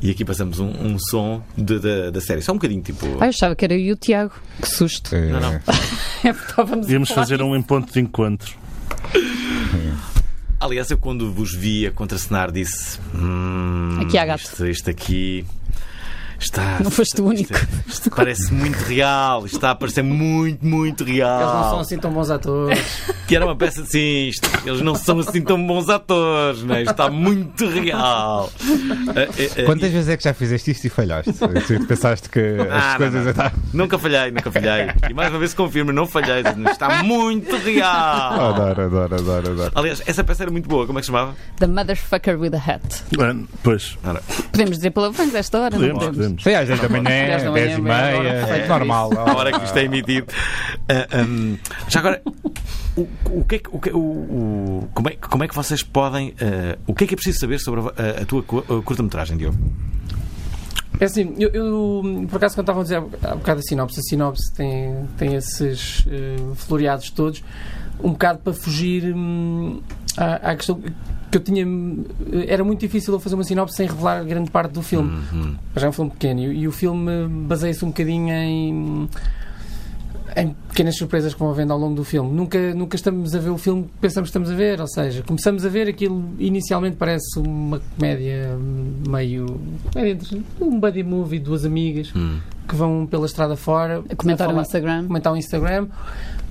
Speaker 1: E aqui passamos um, um som de- da- da série. Só um bocadinho, tipo.
Speaker 6: Ah, eu achava que era eu e o Tiago. Que susto.
Speaker 2: É,
Speaker 1: não.
Speaker 6: É porque estávamos a
Speaker 4: Íamos
Speaker 6: falar
Speaker 4: fazer um em ponto de encontro.
Speaker 1: Aliás, eu quando vos vi a contracenar disse. "Hum,
Speaker 6: Aqui há gato."
Speaker 1: Isto, isto aqui. Está,
Speaker 6: Não foste o
Speaker 1: isto
Speaker 6: único.
Speaker 1: é- isto parece muito real. Isto está a parecer muito, muito real.
Speaker 3: Eles não são assim tão bons atores.
Speaker 1: Que era uma peça assim, isto, eles não são assim tão bons atores, né? Isto está muito real. Ah, ah, ah,
Speaker 2: Quantas vezes é que já fizeste isto e falhaste? Tu pensaste que
Speaker 1: Ah,
Speaker 2: as
Speaker 1: não,
Speaker 2: coisas
Speaker 1: não.
Speaker 2: estavam.
Speaker 1: Nunca falhei, nunca falhei. E mais uma vez confirmo, não falhei. Está muito real.
Speaker 2: Adoro, adoro, adoro, adoro.
Speaker 1: Aliás, essa peça era muito boa. Como é que se chamava?
Speaker 6: The motherfucker with a hat.
Speaker 4: Ah, Pois,
Speaker 1: Ora,
Speaker 6: Podemos dizer palavrões esta hora,
Speaker 4: podemos,
Speaker 6: não podemos?
Speaker 4: podemos.
Speaker 2: Sei, às 10 da manhã,
Speaker 3: Às 10 da
Speaker 2: 10 e
Speaker 3: manhã, meia hora,
Speaker 2: meia, é
Speaker 3: perfeito.
Speaker 2: normal.
Speaker 1: a hora que isto é emitido. Ah, ahm, já agora, o, o que é que, o que- o- o- como, é, como é que vocês podem. ah, o que é que é preciso saber sobre a, a- a tua cu- a curta-metragem, Diogo?
Speaker 3: É assim, eu, eu, por acaso quando estavam a dizer há boc- há bocado a sinopse, a sinopse tem, tem esses eh, floreados todos, um bocado para fugir hum, à, à questão que eu tinha. eh, Era muito difícil eu fazer uma sinopse sem revelar grande parte do filme. Mas é um filme pequeno e, e o filme baseia-se um bocadinho em. Em pequenas surpresas que vão havendo ao longo do filme. Nunca, nunca estamos a ver o filme que pensamos que estamos a ver, ou seja, começamos a ver aquilo inicialmente parece uma comédia hum, meio. comédia entre um buddy movie, duas amigas que vão pela estrada fora
Speaker 6: A Comentar
Speaker 3: a
Speaker 6: no
Speaker 3: falar-
Speaker 6: Instagram.
Speaker 3: comentar o Instagram.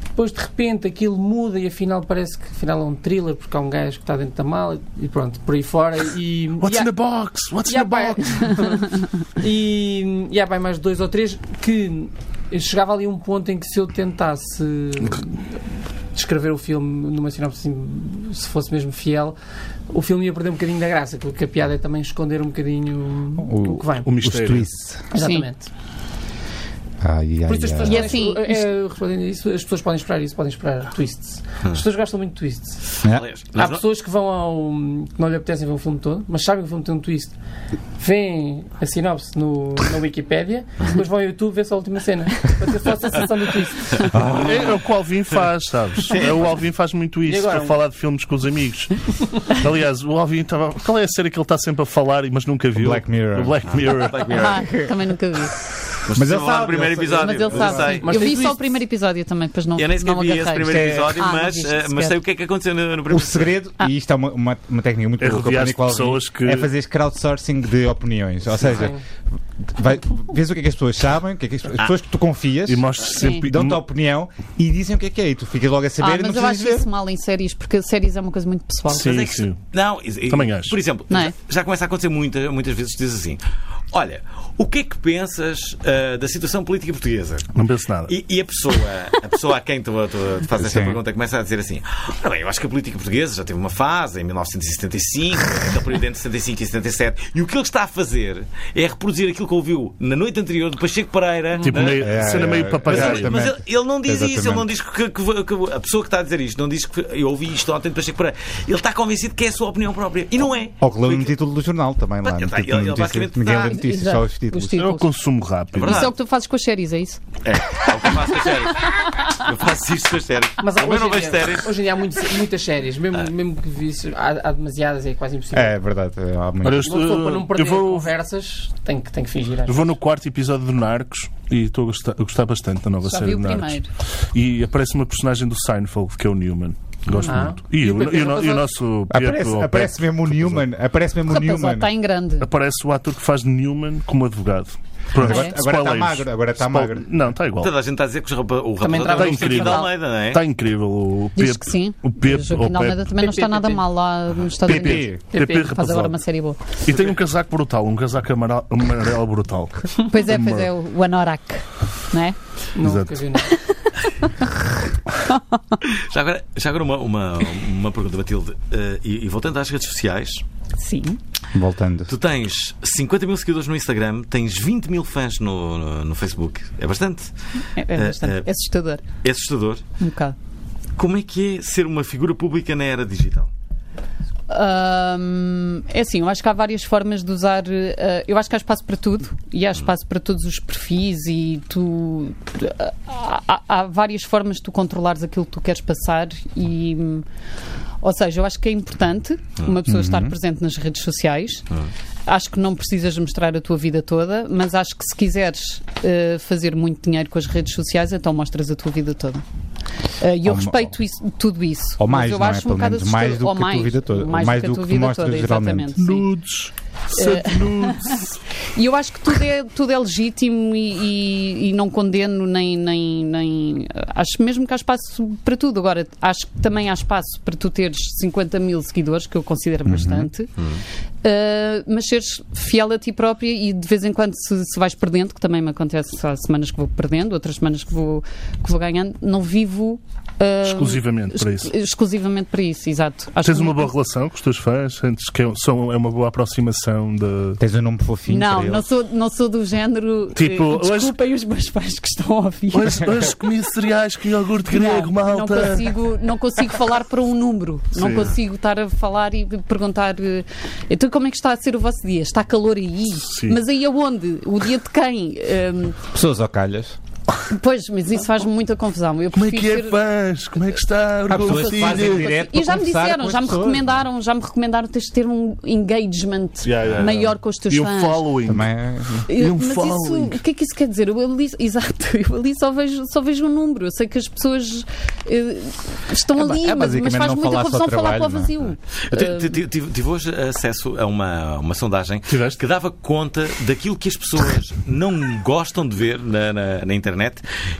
Speaker 3: Depois de repente aquilo muda e afinal parece que afinal é um thriller porque há um gajo que está dentro da mala e pronto, por aí fora. E,
Speaker 4: What's
Speaker 3: e há-
Speaker 4: in the box? What's
Speaker 3: e há
Speaker 4: in the box?
Speaker 3: pai- e, e há bem mais dois ou três que chegava ali um ponto em que se eu tentasse descrever o filme numa sinopse assim, se fosse mesmo fiel, o filme ia perder um bocadinho da graça, porque a piada é também esconder um bocadinho o,
Speaker 2: O-
Speaker 3: que vem.
Speaker 4: O
Speaker 2: Os
Speaker 4: mistério.
Speaker 2: twists.
Speaker 3: Exatamente.
Speaker 2: Ah, Ai, ai,
Speaker 3: Por isso as pessoas
Speaker 2: ai.
Speaker 6: E
Speaker 3: podem-
Speaker 6: assim,
Speaker 3: é, é, respondendo a isso, as pessoas podem esperar isso, podem esperar twists. As pessoas gostam muito de twists.
Speaker 2: É.
Speaker 1: Aliás,
Speaker 3: Há
Speaker 1: nós não-
Speaker 3: pessoas que vão ao. que não lhe apetecem ver o filme todo, mas sabem que o filme tem um twist. Vêem a sinopse no, na Wikipédia, depois vão ao YouTube ver só a última cena. Para ter só a sensação do twist.
Speaker 4: É, é o que o Alvin faz, sabes? É, o Alvin faz muito isso
Speaker 3: E agora?
Speaker 4: para falar de filmes com os amigos. Aliás, o Alvin estava. Qual é a série que ele está sempre a falar, mas nunca viu?
Speaker 2: Black Mirror.
Speaker 4: O Black Mirror.
Speaker 6: Ah, também nunca vi.
Speaker 1: Mas ele
Speaker 2: ele
Speaker 1: sabe.
Speaker 2: sabe,
Speaker 1: o primeiro
Speaker 2: ele
Speaker 1: episódio.
Speaker 6: Mas ele
Speaker 1: eu sei.
Speaker 6: sabe.
Speaker 3: Mas
Speaker 6: eu
Speaker 3: tem
Speaker 6: vi só
Speaker 3: twist.
Speaker 6: o primeiro episódio também, depois não,
Speaker 1: Eu nem sequer
Speaker 6: não
Speaker 1: vi esse
Speaker 6: agarrei.
Speaker 1: primeiro
Speaker 2: Isto é-
Speaker 1: episódio,
Speaker 6: Ah, não
Speaker 1: mas,
Speaker 6: viste
Speaker 1: eh, mas
Speaker 6: sequer.
Speaker 1: sei o que é que aconteceu no, no primeiro
Speaker 2: O segredo,
Speaker 3: Ah.
Speaker 2: e isto é uma, uma, uma técnica muito
Speaker 4: É
Speaker 2: boa que
Speaker 4: rodear-se
Speaker 2: aprendi com alguém,
Speaker 4: de pessoas que-
Speaker 2: é fazer crowdsourcing de opiniões. Ou seja, vai, vês o que é que as pessoas sabem, o que é que as, as pessoas que tu confias,
Speaker 4: Ah. E mostra sempre.
Speaker 2: dão-te a opinião e dizem o que é que é. E tu ficas logo a saber
Speaker 6: Ah,
Speaker 2: e não
Speaker 6: mas eu
Speaker 2: precisas
Speaker 6: acho
Speaker 2: ver.
Speaker 6: isso mal em séries, porque séries é uma coisa muito pessoal.
Speaker 4: Sim.
Speaker 1: Mas é que se- Não, e- e-
Speaker 4: Também acho.
Speaker 1: Por exemplo,
Speaker 6: Não é?
Speaker 1: já começa a acontecer muita, muitas vezes, diz assim: Olha, o que é que pensas ah, da situação política portuguesa?
Speaker 4: Não penso nada.
Speaker 1: E, e a pessoa, a pessoa a quem tu, tu fazes esta
Speaker 2: Sim.
Speaker 1: pergunta começa a dizer assim: Ora bem, eu acho que a política portuguesa já teve uma fase em 1975, no período entre 75 e 77, e o que ele está a fazer é reproduzir aquilo que ouviu na noite anterior de Pacheco Pereira.
Speaker 4: Tipo,
Speaker 1: ah,
Speaker 4: meio,
Speaker 2: É,
Speaker 4: cena
Speaker 2: é,
Speaker 4: meio
Speaker 2: é,
Speaker 1: mas
Speaker 4: papagaio.
Speaker 1: ele, mas ele, ele não diz
Speaker 2: Exatamente.
Speaker 1: isso, ele não diz que, que- que- a pessoa que está a dizer isto não diz que eu ouvi isto ontem de Pacheco Pereira. Ele está convencido que é a sua opinião própria. E não é.
Speaker 2: Ou que leu no título do jornal também
Speaker 4: Ah,
Speaker 2: lá.
Speaker 1: Ele
Speaker 2: No
Speaker 1: tá-
Speaker 2: título
Speaker 1: ele-
Speaker 2: de
Speaker 1: ele
Speaker 2: notícias.
Speaker 1: basicamente
Speaker 2: Ninguém
Speaker 1: tá-
Speaker 2: lê notícias, só os títulos.
Speaker 6: Os títulos.
Speaker 4: É o consumo rápido.
Speaker 1: verdade.
Speaker 6: Isso é o que tu fazes com as séries, é isso?
Speaker 1: É, é o que eu faço com as séries. Eu faço isto com as séries.
Speaker 3: Mas
Speaker 1: Como eu
Speaker 3: hoje,
Speaker 1: não
Speaker 3: em
Speaker 1: vejo
Speaker 3: dia,
Speaker 1: séries.
Speaker 3: hoje em dia há muitos- muitas séries, mesmo, mesmo que visse, há, há demasiadas, é quase impossível.
Speaker 2: É verdade. é, Há muito.
Speaker 4: Ora, eu,
Speaker 3: Uma pessoa para não
Speaker 4: estou, eu
Speaker 3: perder
Speaker 4: vou,
Speaker 3: conversas tem que, tem que fingir. às
Speaker 4: eu vou no quarto episódio do Narcos e estou a gostar, a gostar bastante da nova
Speaker 6: Já
Speaker 4: série
Speaker 6: vi
Speaker 4: do
Speaker 6: o
Speaker 4: Narcos.
Speaker 6: primeiro.
Speaker 4: E aparece uma personagem do Seinfeld, que é o Newman. Gosto
Speaker 3: Ah.
Speaker 4: muito. E,
Speaker 3: E
Speaker 4: o,
Speaker 3: o Pepe
Speaker 6: é
Speaker 4: e o no- e o
Speaker 3: Raposo?
Speaker 4: nosso Pietro
Speaker 2: Aparece,
Speaker 4: Opec-
Speaker 2: aparece mesmo o Newman. Aparece mesmo o
Speaker 6: Rapaz, ó,
Speaker 2: Newman.
Speaker 6: está em grande.
Speaker 4: aparece o ator que faz de Newman como advogado. Pronto,
Speaker 6: Agora-
Speaker 2: agora está
Speaker 4: spoilers.
Speaker 2: magro, agora está
Speaker 4: Spoil-
Speaker 2: magro.
Speaker 4: Não, está igual.
Speaker 1: Toda a gente está a dizer que os rapa- o é rapaz
Speaker 3: Também
Speaker 1: outra
Speaker 3: estava
Speaker 1: vez
Speaker 4: incrível.
Speaker 1: Joaquim de Almeida, não é?
Speaker 4: Está incrível o
Speaker 6: Diz
Speaker 4: Pepe.
Speaker 6: que sim.
Speaker 4: O Pepe,
Speaker 6: Joaquim
Speaker 4: ou
Speaker 6: de Almeida
Speaker 4: Pepe.
Speaker 6: também não está
Speaker 3: PP.
Speaker 6: nada mal lá nos Estados Unidos.
Speaker 4: PP, PP
Speaker 6: Faz agora uma
Speaker 4: rapazal.
Speaker 6: série boa.
Speaker 4: E tem um casaco brutal, um casaco amara- amarelo brutal.
Speaker 6: Pois é, pois é, o o Anorak. Não é?
Speaker 3: vezes. Nunca
Speaker 4: Exato.
Speaker 3: vi nada.
Speaker 1: Já agora, já agora uma, uma, uma pergunta, Matilde. Eh, e, e voltando às redes sociais,
Speaker 6: Sim.
Speaker 2: Voltando.
Speaker 1: tu tens 50 mil seguidores no Instagram, tens 20 mil fãs no, no, no Facebook. É bastante.
Speaker 6: É, é bastante.
Speaker 1: é-
Speaker 6: É assustador.
Speaker 1: É assustador.
Speaker 6: Um bocado.
Speaker 1: Como é que é ser uma figura pública na era digital?
Speaker 6: Hum, é assim, eu acho que há várias formas de usar. eh, eu acho que há espaço para tudo e há espaço para todos os perfis e tu. eh, há, há- há várias formas de tu controlares aquilo que tu queres passar e. hum, Ou seja, eu acho que é importante uma pessoa estar presente nas redes sociais. Acho que não precisas mostrar a tua vida toda, mas acho que se quiseres eh, fazer muito dinheiro com as redes sociais, então mostras a tua vida toda. Eh, E eu
Speaker 2: Ou-
Speaker 6: respeito isso- tudo isso.
Speaker 2: Ou mais,
Speaker 6: mas eu
Speaker 2: não é?
Speaker 6: acho um
Speaker 2: Pelo
Speaker 6: bocado
Speaker 2: menos mais
Speaker 6: assustador.
Speaker 2: do
Speaker 6: Ou
Speaker 2: que a tua vida toda.
Speaker 6: Mais, do que a tua
Speaker 2: tu
Speaker 6: vida
Speaker 2: mostras
Speaker 6: toda,
Speaker 2: geralmente.
Speaker 6: exatamente. sim.
Speaker 4: Nudes. Sete nudes.
Speaker 6: E eu acho que tudo é, tudo é legítimo e, e- e não condeno nem, nem, nem. eh, Acho mesmo que há espaço para tudo. Agora, acho que também há espaço para tu teres 50 mil seguidores, que eu considero
Speaker 2: Uhum.
Speaker 6: bastante, uh, mas seres fiel a ti própria e de vez em quando, se, se vais perdendo, que também me acontece, há semanas que vou perdendo, outras semanas que vou, que vou ganhando, não vivo. uh,
Speaker 4: Exclusivamente para isso.
Speaker 6: Exclusivamente para isso, exato. Acho
Speaker 4: Tens
Speaker 6: que- é
Speaker 4: uma boa relação com os teus fãs? Sentes que é- são, é uma boa aproximação de.
Speaker 2: Tens um nome fofinho
Speaker 6: Não,
Speaker 2: para
Speaker 6: não
Speaker 2: eles.
Speaker 6: sou, não sou do género.
Speaker 4: Tipo,
Speaker 6: eh,
Speaker 4: hoje-
Speaker 6: desculpem os meus pais que estão a ouvir.
Speaker 4: Hoje, hoje comi é cereais com iogurte grego,
Speaker 6: não, não
Speaker 4: malta.
Speaker 6: consigo, não consigo falar para um número. Não
Speaker 4: Sim.
Speaker 6: consigo estar a falar e perguntar. eh, Então, como é que está a ser o vosso dia? Está calor aí?
Speaker 4: Sim.
Speaker 6: Mas aí aonde? O dia de quem? Ehm,
Speaker 2: Pessoas ao calhas.
Speaker 6: pois, mas isso faz muita confusão. Eu
Speaker 4: Como é
Speaker 6: prefiro
Speaker 4: que é,
Speaker 6: ser-
Speaker 4: fãs? Como é que está?
Speaker 2: Há pessoas que fazem
Speaker 4: Orgulho
Speaker 2: direto
Speaker 6: E já me disseram, já me
Speaker 2: recomendaram.
Speaker 6: recomendaram, já me recomendaram tens de ter um engagement
Speaker 4: Yeah, yeah,
Speaker 6: maior
Speaker 4: yeah.
Speaker 6: com os teus
Speaker 4: E um
Speaker 6: fãs.
Speaker 4: following.
Speaker 2: Também é-
Speaker 6: Eu-
Speaker 4: um
Speaker 6: mas isso,
Speaker 4: following.
Speaker 6: o que é que isso quer dizer? Eu ali, exato, eu ali só vejo, só vejo um número. Eu sei que as pessoas eh, estão
Speaker 2: É ba-
Speaker 6: ali,
Speaker 2: é
Speaker 6: mas, mas
Speaker 2: basicamente
Speaker 6: faz
Speaker 2: não
Speaker 6: muita
Speaker 2: falar só
Speaker 6: confusão falar
Speaker 2: trabalho,
Speaker 6: para o
Speaker 2: não é?
Speaker 6: vazio.
Speaker 1: Eu te- te- te- tive, tive hoje acesso a uma, uma sondagem
Speaker 4: Tiveste?
Speaker 1: que dava conta daquilo que as pessoas não gostam de ver na, na, na internet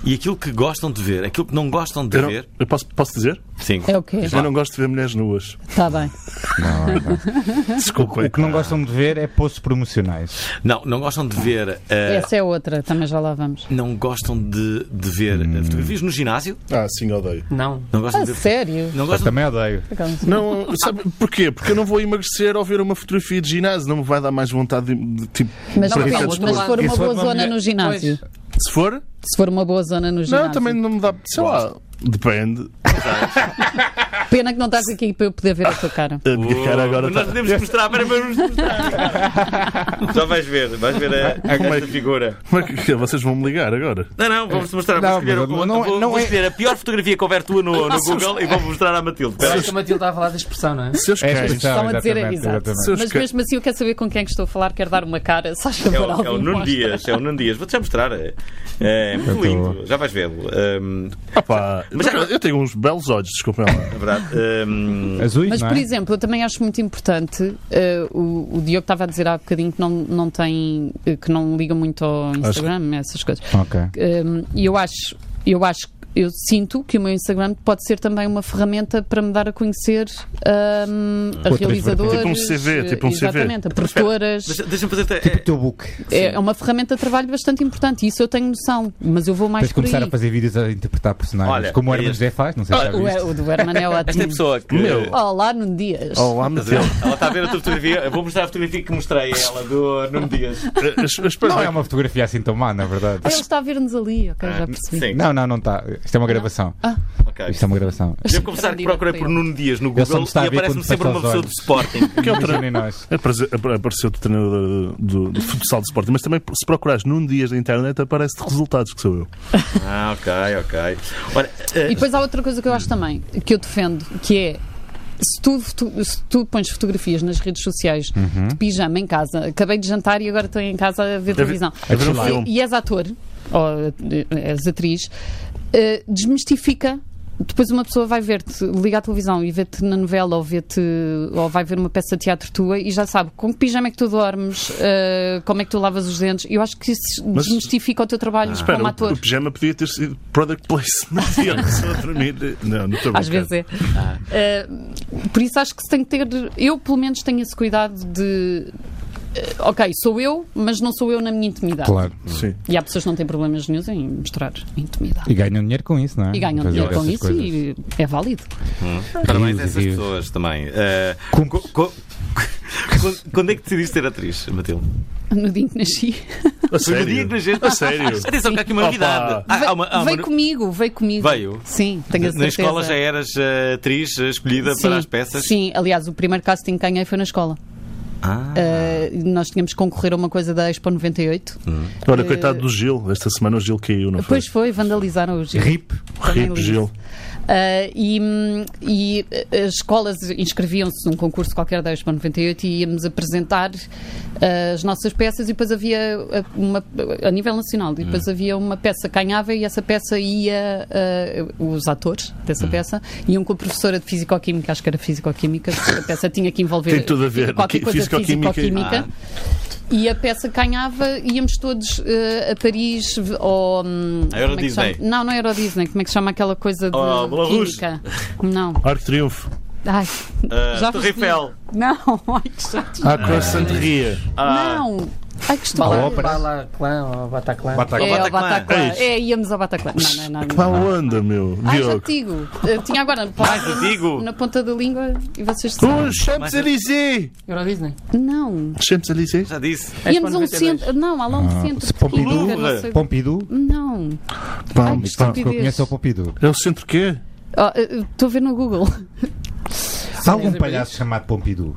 Speaker 1: e aquilo que gostam de ver, aquilo que não gostam de
Speaker 4: Eu, não-
Speaker 1: ver.
Speaker 4: eu posso, posso dizer?
Speaker 1: Sim.
Speaker 6: É o quê?
Speaker 1: Diz
Speaker 4: Eu
Speaker 1: lá.
Speaker 4: não gosto de ver mulheres nuas.
Speaker 6: Está bem.
Speaker 4: Desculpem.
Speaker 2: O que não gostam de ver é posts promocionais.
Speaker 1: Não, não gostam de ver. uh,
Speaker 6: Essa é outra, também já lá vamos.
Speaker 1: Não gostam de, de ver
Speaker 4: Hum.
Speaker 1: uh, fotografias no ginásio?
Speaker 4: Ah, sim, odeio.
Speaker 3: Não.
Speaker 1: Não gostam
Speaker 6: Ah,
Speaker 1: de ver.
Speaker 6: sério?
Speaker 1: Não
Speaker 2: Mas
Speaker 1: gostam
Speaker 2: também odeio.
Speaker 4: Não, sabe porquê? Porque eu não vou emagrecer ao ver uma fotografia de ginásio, não me vai dar mais vontade de, de, tipo.
Speaker 6: Mas,
Speaker 4: praticar
Speaker 6: depende,
Speaker 4: desporto.
Speaker 6: mas se for
Speaker 2: E
Speaker 6: uma
Speaker 2: se for
Speaker 6: boa
Speaker 2: uma
Speaker 6: zona
Speaker 2: mulher-
Speaker 6: no ginásio.
Speaker 4: Se for,
Speaker 6: Se for uma boa zona no ginásio.
Speaker 4: não, também não me dá. Sei lá, depende.
Speaker 6: Pena que não estás aqui para eu poder ver a tua cara.
Speaker 4: A minha cara agora
Speaker 1: Nós
Speaker 4: tá...
Speaker 1: podemos mostrar, para vamos mostrar. Já vais ver, vais ver a,
Speaker 4: Como é
Speaker 1: esta
Speaker 4: que-
Speaker 1: figura.
Speaker 4: Como é que- Vocês vão me ligar agora?
Speaker 1: Não, não, vamos-te mostrar.
Speaker 2: Não,
Speaker 1: vou escolher,
Speaker 2: mas
Speaker 1: o-
Speaker 2: não-
Speaker 1: vou-
Speaker 2: não
Speaker 1: vou
Speaker 2: é-
Speaker 1: escolher a pior fotografia que houver tua no, no Google e vou mostrar à Matilde.
Speaker 3: Eu
Speaker 1: Espera aí.
Speaker 3: acho que a Matilde estava a falar da expressão, não é?
Speaker 4: Seus
Speaker 2: É a
Speaker 4: cães.
Speaker 2: expressão,
Speaker 6: Estão a dizer,
Speaker 2: exatamente,
Speaker 6: exato.
Speaker 2: exatamente.
Speaker 6: Mas mesmo assim eu quero saber com quem é que estou a falar, quero dar uma cara, só
Speaker 1: É
Speaker 6: chamar
Speaker 1: o, é o
Speaker 6: alguém.
Speaker 1: Nuno
Speaker 6: mostra.
Speaker 1: Dias, é o Nuno Dias. Vou-te já mostrar. É, é muito
Speaker 2: tô-
Speaker 1: lindo, já vais vê-lo. Ahm,
Speaker 4: Ah, pá,
Speaker 1: Mas já-
Speaker 4: Eu tenho uns belos olhos, desculpem lá.
Speaker 1: é verdade. Hum, Ahm,
Speaker 2: Azuis,
Speaker 6: Mas,
Speaker 2: não é?
Speaker 6: por exemplo, eu também acho muito importante, eh, o, o Diogo estava a dizer há bocadinho que não, não tem, eh, que não liga muito ao Instagram, essas coisas.
Speaker 2: Ok.
Speaker 6: Hum, E eu acho, eu acho, eu sinto que o meu Instagram pode ser também uma ferramenta para me dar a conhecer hum, a
Speaker 2: Outras
Speaker 6: realizadores.
Speaker 4: Tipo um CV, tipo um CV.
Speaker 6: Exatamente, a produtoras.
Speaker 1: deixa- Deixa-me fazer.
Speaker 2: Tipo o teu book.
Speaker 6: É uma ferramenta de trabalho bastante importante, isso eu tenho noção, mas eu vou mais
Speaker 2: Tens de
Speaker 6: por aí. Ah,
Speaker 2: começar a fazer vídeos a interpretar personagens.
Speaker 1: Olha,
Speaker 2: como o
Speaker 1: é
Speaker 2: Herman
Speaker 1: este.
Speaker 2: José faz, não sei se já
Speaker 6: O,
Speaker 2: viste.
Speaker 6: o do Herman
Speaker 1: Esta
Speaker 6: é
Speaker 1: é a
Speaker 6: ótimo.
Speaker 1: pessoa que.
Speaker 4: Meu.
Speaker 6: Olá, Nuno Dias.
Speaker 4: Olá, Matilde.
Speaker 1: Ela está a ver a tua fotografia. Eu vou mostrar a fotografia que mostrei a ela do Nuno Dias.
Speaker 4: Eh, es- espera,
Speaker 2: Não é uma fotografia assim tão má, na verdade.
Speaker 6: Ah, Ele está a ver-nos ali, ok,
Speaker 4: Ah,
Speaker 6: já percebi.
Speaker 1: Sim,
Speaker 2: Não, não, não está. Isto é uma gravação.
Speaker 6: Ah.
Speaker 1: ok.
Speaker 2: Isto é uma gravação.
Speaker 1: Devo confessar que procurei por Nuno Dias no
Speaker 2: Ele só
Speaker 1: Google
Speaker 2: me está a
Speaker 1: e
Speaker 2: ver
Speaker 1: aparece-me
Speaker 2: quando
Speaker 1: sempre
Speaker 2: fecha
Speaker 1: é uma
Speaker 2: os
Speaker 1: pessoa do
Speaker 2: olhos.
Speaker 1: Sporting.
Speaker 4: que outra-
Speaker 2: Imaginem nós.
Speaker 4: Aparece- apare- Apareceu o treinador eh, do, do futsal de Sporting, mas também se procurares num dias na internet aparece resultados que sou eu.
Speaker 1: Ah, ok, ok. Ora, eh,
Speaker 6: E depois há outra coisa que eu acho também, que eu defendo, que é se tu, foto- se tu pões fotografias nas redes sociais
Speaker 4: Uhum.
Speaker 6: de pijama em casa, acabei de jantar e agora estou em casa a ver televisão.
Speaker 1: É
Speaker 4: a ver um
Speaker 6: E-
Speaker 4: filme.
Speaker 6: e, és ator, ou eh, és atriz, eh, desmistifica. Depois uma pessoa vai ver-te, liga à televisão e vê-te na novela ou vê-te ou vai ver uma peça de teatro tua e já sabe com que pijama é que tu dormes, eh, como é que tu lavas os dentes. Eu acho que isso
Speaker 4: Mas- Ah.
Speaker 6: desmistifica o teu trabalho
Speaker 4: Espera,
Speaker 6: como
Speaker 4: o,
Speaker 6: ator.
Speaker 4: o pijama podia ter sido product placement e a pessoa a dormir. Não, não estou a
Speaker 6: Às
Speaker 4: brincar.
Speaker 6: vezes é.
Speaker 2: Ah.
Speaker 6: Uh, por isso acho que se tem que ter. Eu, pelo menos, tenho esse cuidado de. uh, ok, sou eu, mas não sou eu na minha intimidade.
Speaker 2: Claro.
Speaker 4: Sim.
Speaker 6: E há pessoas que não têm problemas nenhum em mostrar intimidade.
Speaker 2: E ganham dinheiro com isso, não é?
Speaker 6: E ganham
Speaker 2: Fazer
Speaker 6: dinheiro com
Speaker 2: essas
Speaker 6: isso
Speaker 2: coisas.
Speaker 6: e é válido.
Speaker 1: parabéns a
Speaker 2: Rios e
Speaker 1: essas
Speaker 2: rios.
Speaker 1: pessoas também. Eh,
Speaker 2: Com-
Speaker 1: co- co- quando, quando é que decidiste ser atriz, Matilde?
Speaker 6: No dia em que nasci.
Speaker 4: A
Speaker 1: Foi no
Speaker 4: sério?
Speaker 1: dia que nasceste.
Speaker 4: A sério?
Speaker 1: Atenção, que há aqui uma
Speaker 4: Opa.
Speaker 1: novidade. Há- há uma- há uma-
Speaker 6: veio comigo, veio comigo.
Speaker 1: Ah, Veio?
Speaker 6: Sim, tenho a certeza.
Speaker 1: Na escola já eras eh, atriz eh, escolhida para as peças?
Speaker 6: Sim, aliás, o primeiro casting que ganhei foi na escola.
Speaker 1: Ah,
Speaker 6: Uh, nós tínhamos que concorrer a uma coisa da Expo 98.
Speaker 4: Olha, coitado do Gil, esta semana o Gil caiu, não foi?
Speaker 6: Depois foi, vandalizaram o Gil.
Speaker 2: RIP.
Speaker 6: Também
Speaker 4: Rip
Speaker 6: li.
Speaker 4: Gil.
Speaker 6: Ah, e, hum, e as escolas inscreviam-se num concurso qualquer da Expo 98 e íamos apresentar ah, as nossas peças e depois havia ah, uma, a nível nacional, e
Speaker 4: Hum.
Speaker 6: depois havia uma peça que ganhava e essa peça ia, ah, os atores dessa
Speaker 4: Hum.
Speaker 6: peça, iam com a professora de Fisicoquímica, acho que era Fisicoquímica, porque a peça tinha que envolver
Speaker 4: Tem tudo a ver.
Speaker 6: qualquer coisa de
Speaker 4: Fisicoquímica. Ah.
Speaker 6: fisicoquímica. E a peça ganhava, íamos todos eh, a Paris v- ou. hum,
Speaker 1: A Euro
Speaker 6: como é que se chama?
Speaker 1: Disney.
Speaker 6: Não, não era o Disney. Como é que se chama aquela coisa de.
Speaker 1: Oh, Belarus.
Speaker 6: Hum, química? Não.
Speaker 4: Arco de Triunfo.
Speaker 6: Ai,
Speaker 1: Ah,
Speaker 6: já
Speaker 1: Torre
Speaker 6: percebi.
Speaker 1: Eiffel.
Speaker 6: Não, ai que chato.
Speaker 4: Ah, com a Santeria.
Speaker 1: Ah,
Speaker 6: Não. Ai que estúpido.
Speaker 2: A ópera.
Speaker 3: Balaclã ou Bataclan.
Speaker 2: Bataclan.
Speaker 6: É, ao
Speaker 1: Bataclan.
Speaker 6: Bataclan.
Speaker 4: É isso.
Speaker 6: É, íamos ao Bataclan. Não, Ah, não, não.
Speaker 4: Para onda, meu.
Speaker 6: Ai, já
Speaker 4: Diogo.
Speaker 6: te digo. Eu tinha agora na
Speaker 1: Mais
Speaker 6: ponta,
Speaker 1: te digo.
Speaker 6: na ponta da língua e vocês.
Speaker 4: Os Uh, Champs-Élysées!
Speaker 3: Euro Disney.
Speaker 6: Não.
Speaker 4: Champs-Élysées?
Speaker 1: Já disse.
Speaker 6: Íamos a um
Speaker 3: 92.
Speaker 6: centro. Não, há lá um centro.
Speaker 2: Ah, se
Speaker 6: de química,
Speaker 1: Pompidou,
Speaker 6: não sei-
Speaker 2: Pompidou?
Speaker 6: Não.
Speaker 4: Pá,
Speaker 6: Ai, que
Speaker 4: pá.
Speaker 2: Porque eu conheço o Pompidou.
Speaker 4: É o centro quê?
Speaker 6: Oh, eh, Estou a ver no Google.
Speaker 2: Há
Speaker 6: é
Speaker 2: algum palhaço chamado Pompidou?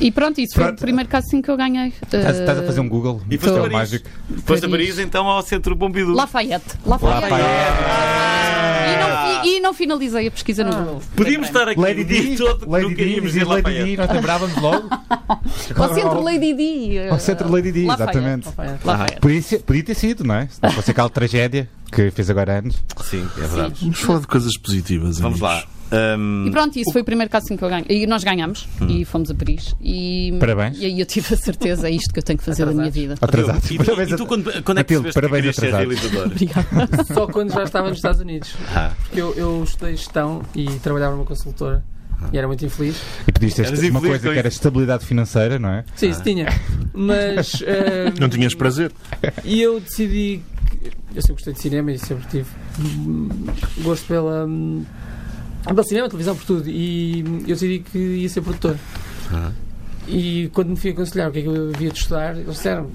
Speaker 6: E pronto, isso foi
Speaker 2: Pronto.
Speaker 6: o primeiro casting que eu ganhei. eh,
Speaker 2: Estás, estás a fazer um Google,
Speaker 1: E foste a
Speaker 2: é o
Speaker 1: Paris.
Speaker 2: mágico.
Speaker 1: Foste a
Speaker 6: Paris.
Speaker 1: Paris, então, ao Centro Pompidou. É.
Speaker 6: Lafayette. Lafayette. E, não, e- e não finalizei a pesquisa
Speaker 2: Ah.
Speaker 6: no Google.
Speaker 1: Podíamos estar aqui
Speaker 2: Lady
Speaker 1: o dia
Speaker 2: Di,
Speaker 1: todo,
Speaker 2: Lady
Speaker 1: nunca
Speaker 2: Di,
Speaker 1: íamos ir
Speaker 2: dizer
Speaker 1: lá para
Speaker 2: Lady Di,
Speaker 1: ele.
Speaker 2: nós lembrávamos logo.
Speaker 6: Ao centro Lady Di. eh,
Speaker 2: Ao centro Lady Di,
Speaker 6: Lafayette.
Speaker 2: exatamente.
Speaker 6: Lafayette. Lafayette.
Speaker 2: Podia, ser- podia ter sido, não é? Se não fosse aquela tragédia que fez agora anos.
Speaker 1: Sim, é verdade.
Speaker 4: Vamos falar de coisas positivas.
Speaker 1: Vamos
Speaker 4: amigos.
Speaker 1: lá. Ahm,
Speaker 6: E pronto, isso foi o primeiro casting que eu ganhei. E nós ganhámos
Speaker 1: Hum.
Speaker 6: e fomos a Paris. E,
Speaker 2: Parabéns.
Speaker 6: E aí eu tive a certeza, é isto que eu tenho que fazer da minha vida.
Speaker 2: Atrasado.
Speaker 1: E tu,
Speaker 2: Parabéns
Speaker 1: e tu
Speaker 2: a-
Speaker 1: quando, quando é que
Speaker 2: Matilde,
Speaker 1: percebeste que
Speaker 2: parabéns
Speaker 1: querias ser
Speaker 2: atrasado.
Speaker 1: realizador?
Speaker 6: Obrigada.
Speaker 3: Só quando já estava nos Estados Unidos.
Speaker 1: Ah.
Speaker 3: Porque eu, eu estudei gestão e trabalhava numa consultora e era muito infeliz.
Speaker 2: E podias ter
Speaker 1: Eras
Speaker 2: uma
Speaker 1: infeliz
Speaker 2: coisa
Speaker 1: com
Speaker 2: que era estabilidade financeira, não é?
Speaker 3: Sim, isso tinha. Mas.
Speaker 4: Ah.
Speaker 3: ahm,
Speaker 4: Não tinhas prazer?
Speaker 3: E eu decidi. que- Eu sempre gostei de cinema e sempre tive hum, gosto pela. hum, pelo cinema, televisão, por tudo. E hum, eu decidi que ia ser produtor.
Speaker 2: Ah.
Speaker 3: E quando me fui aconselhar o que é que eu havia de estudar, eles disseram: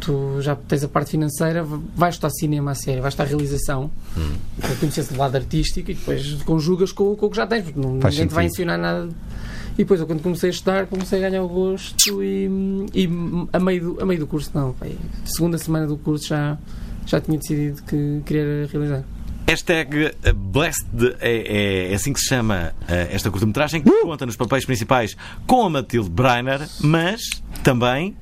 Speaker 3: Tu já tens a parte financeira, v- vais estudar cinema a sério, vais estudar realização,
Speaker 2: Hum.
Speaker 3: para conhecer-se do lado artístico e depois conjugas com, com o que já tens, porque não-
Speaker 2: Faz
Speaker 3: ninguém te vai
Speaker 2: sentido.
Speaker 3: ensinar nada. E depois, eu, quando comecei a estudar, comecei a ganhar o gosto e, hum, e hum, a, meio do, a meio do curso, não, pai, segunda semana do curso já, já tinha decidido que queria realizar.
Speaker 1: Hashtag eh, Blessed é, é- é assim que se chama eh, esta curta-metragem
Speaker 6: Uh!
Speaker 1: que conta nos papéis principais com a Matilde Breiner, mas também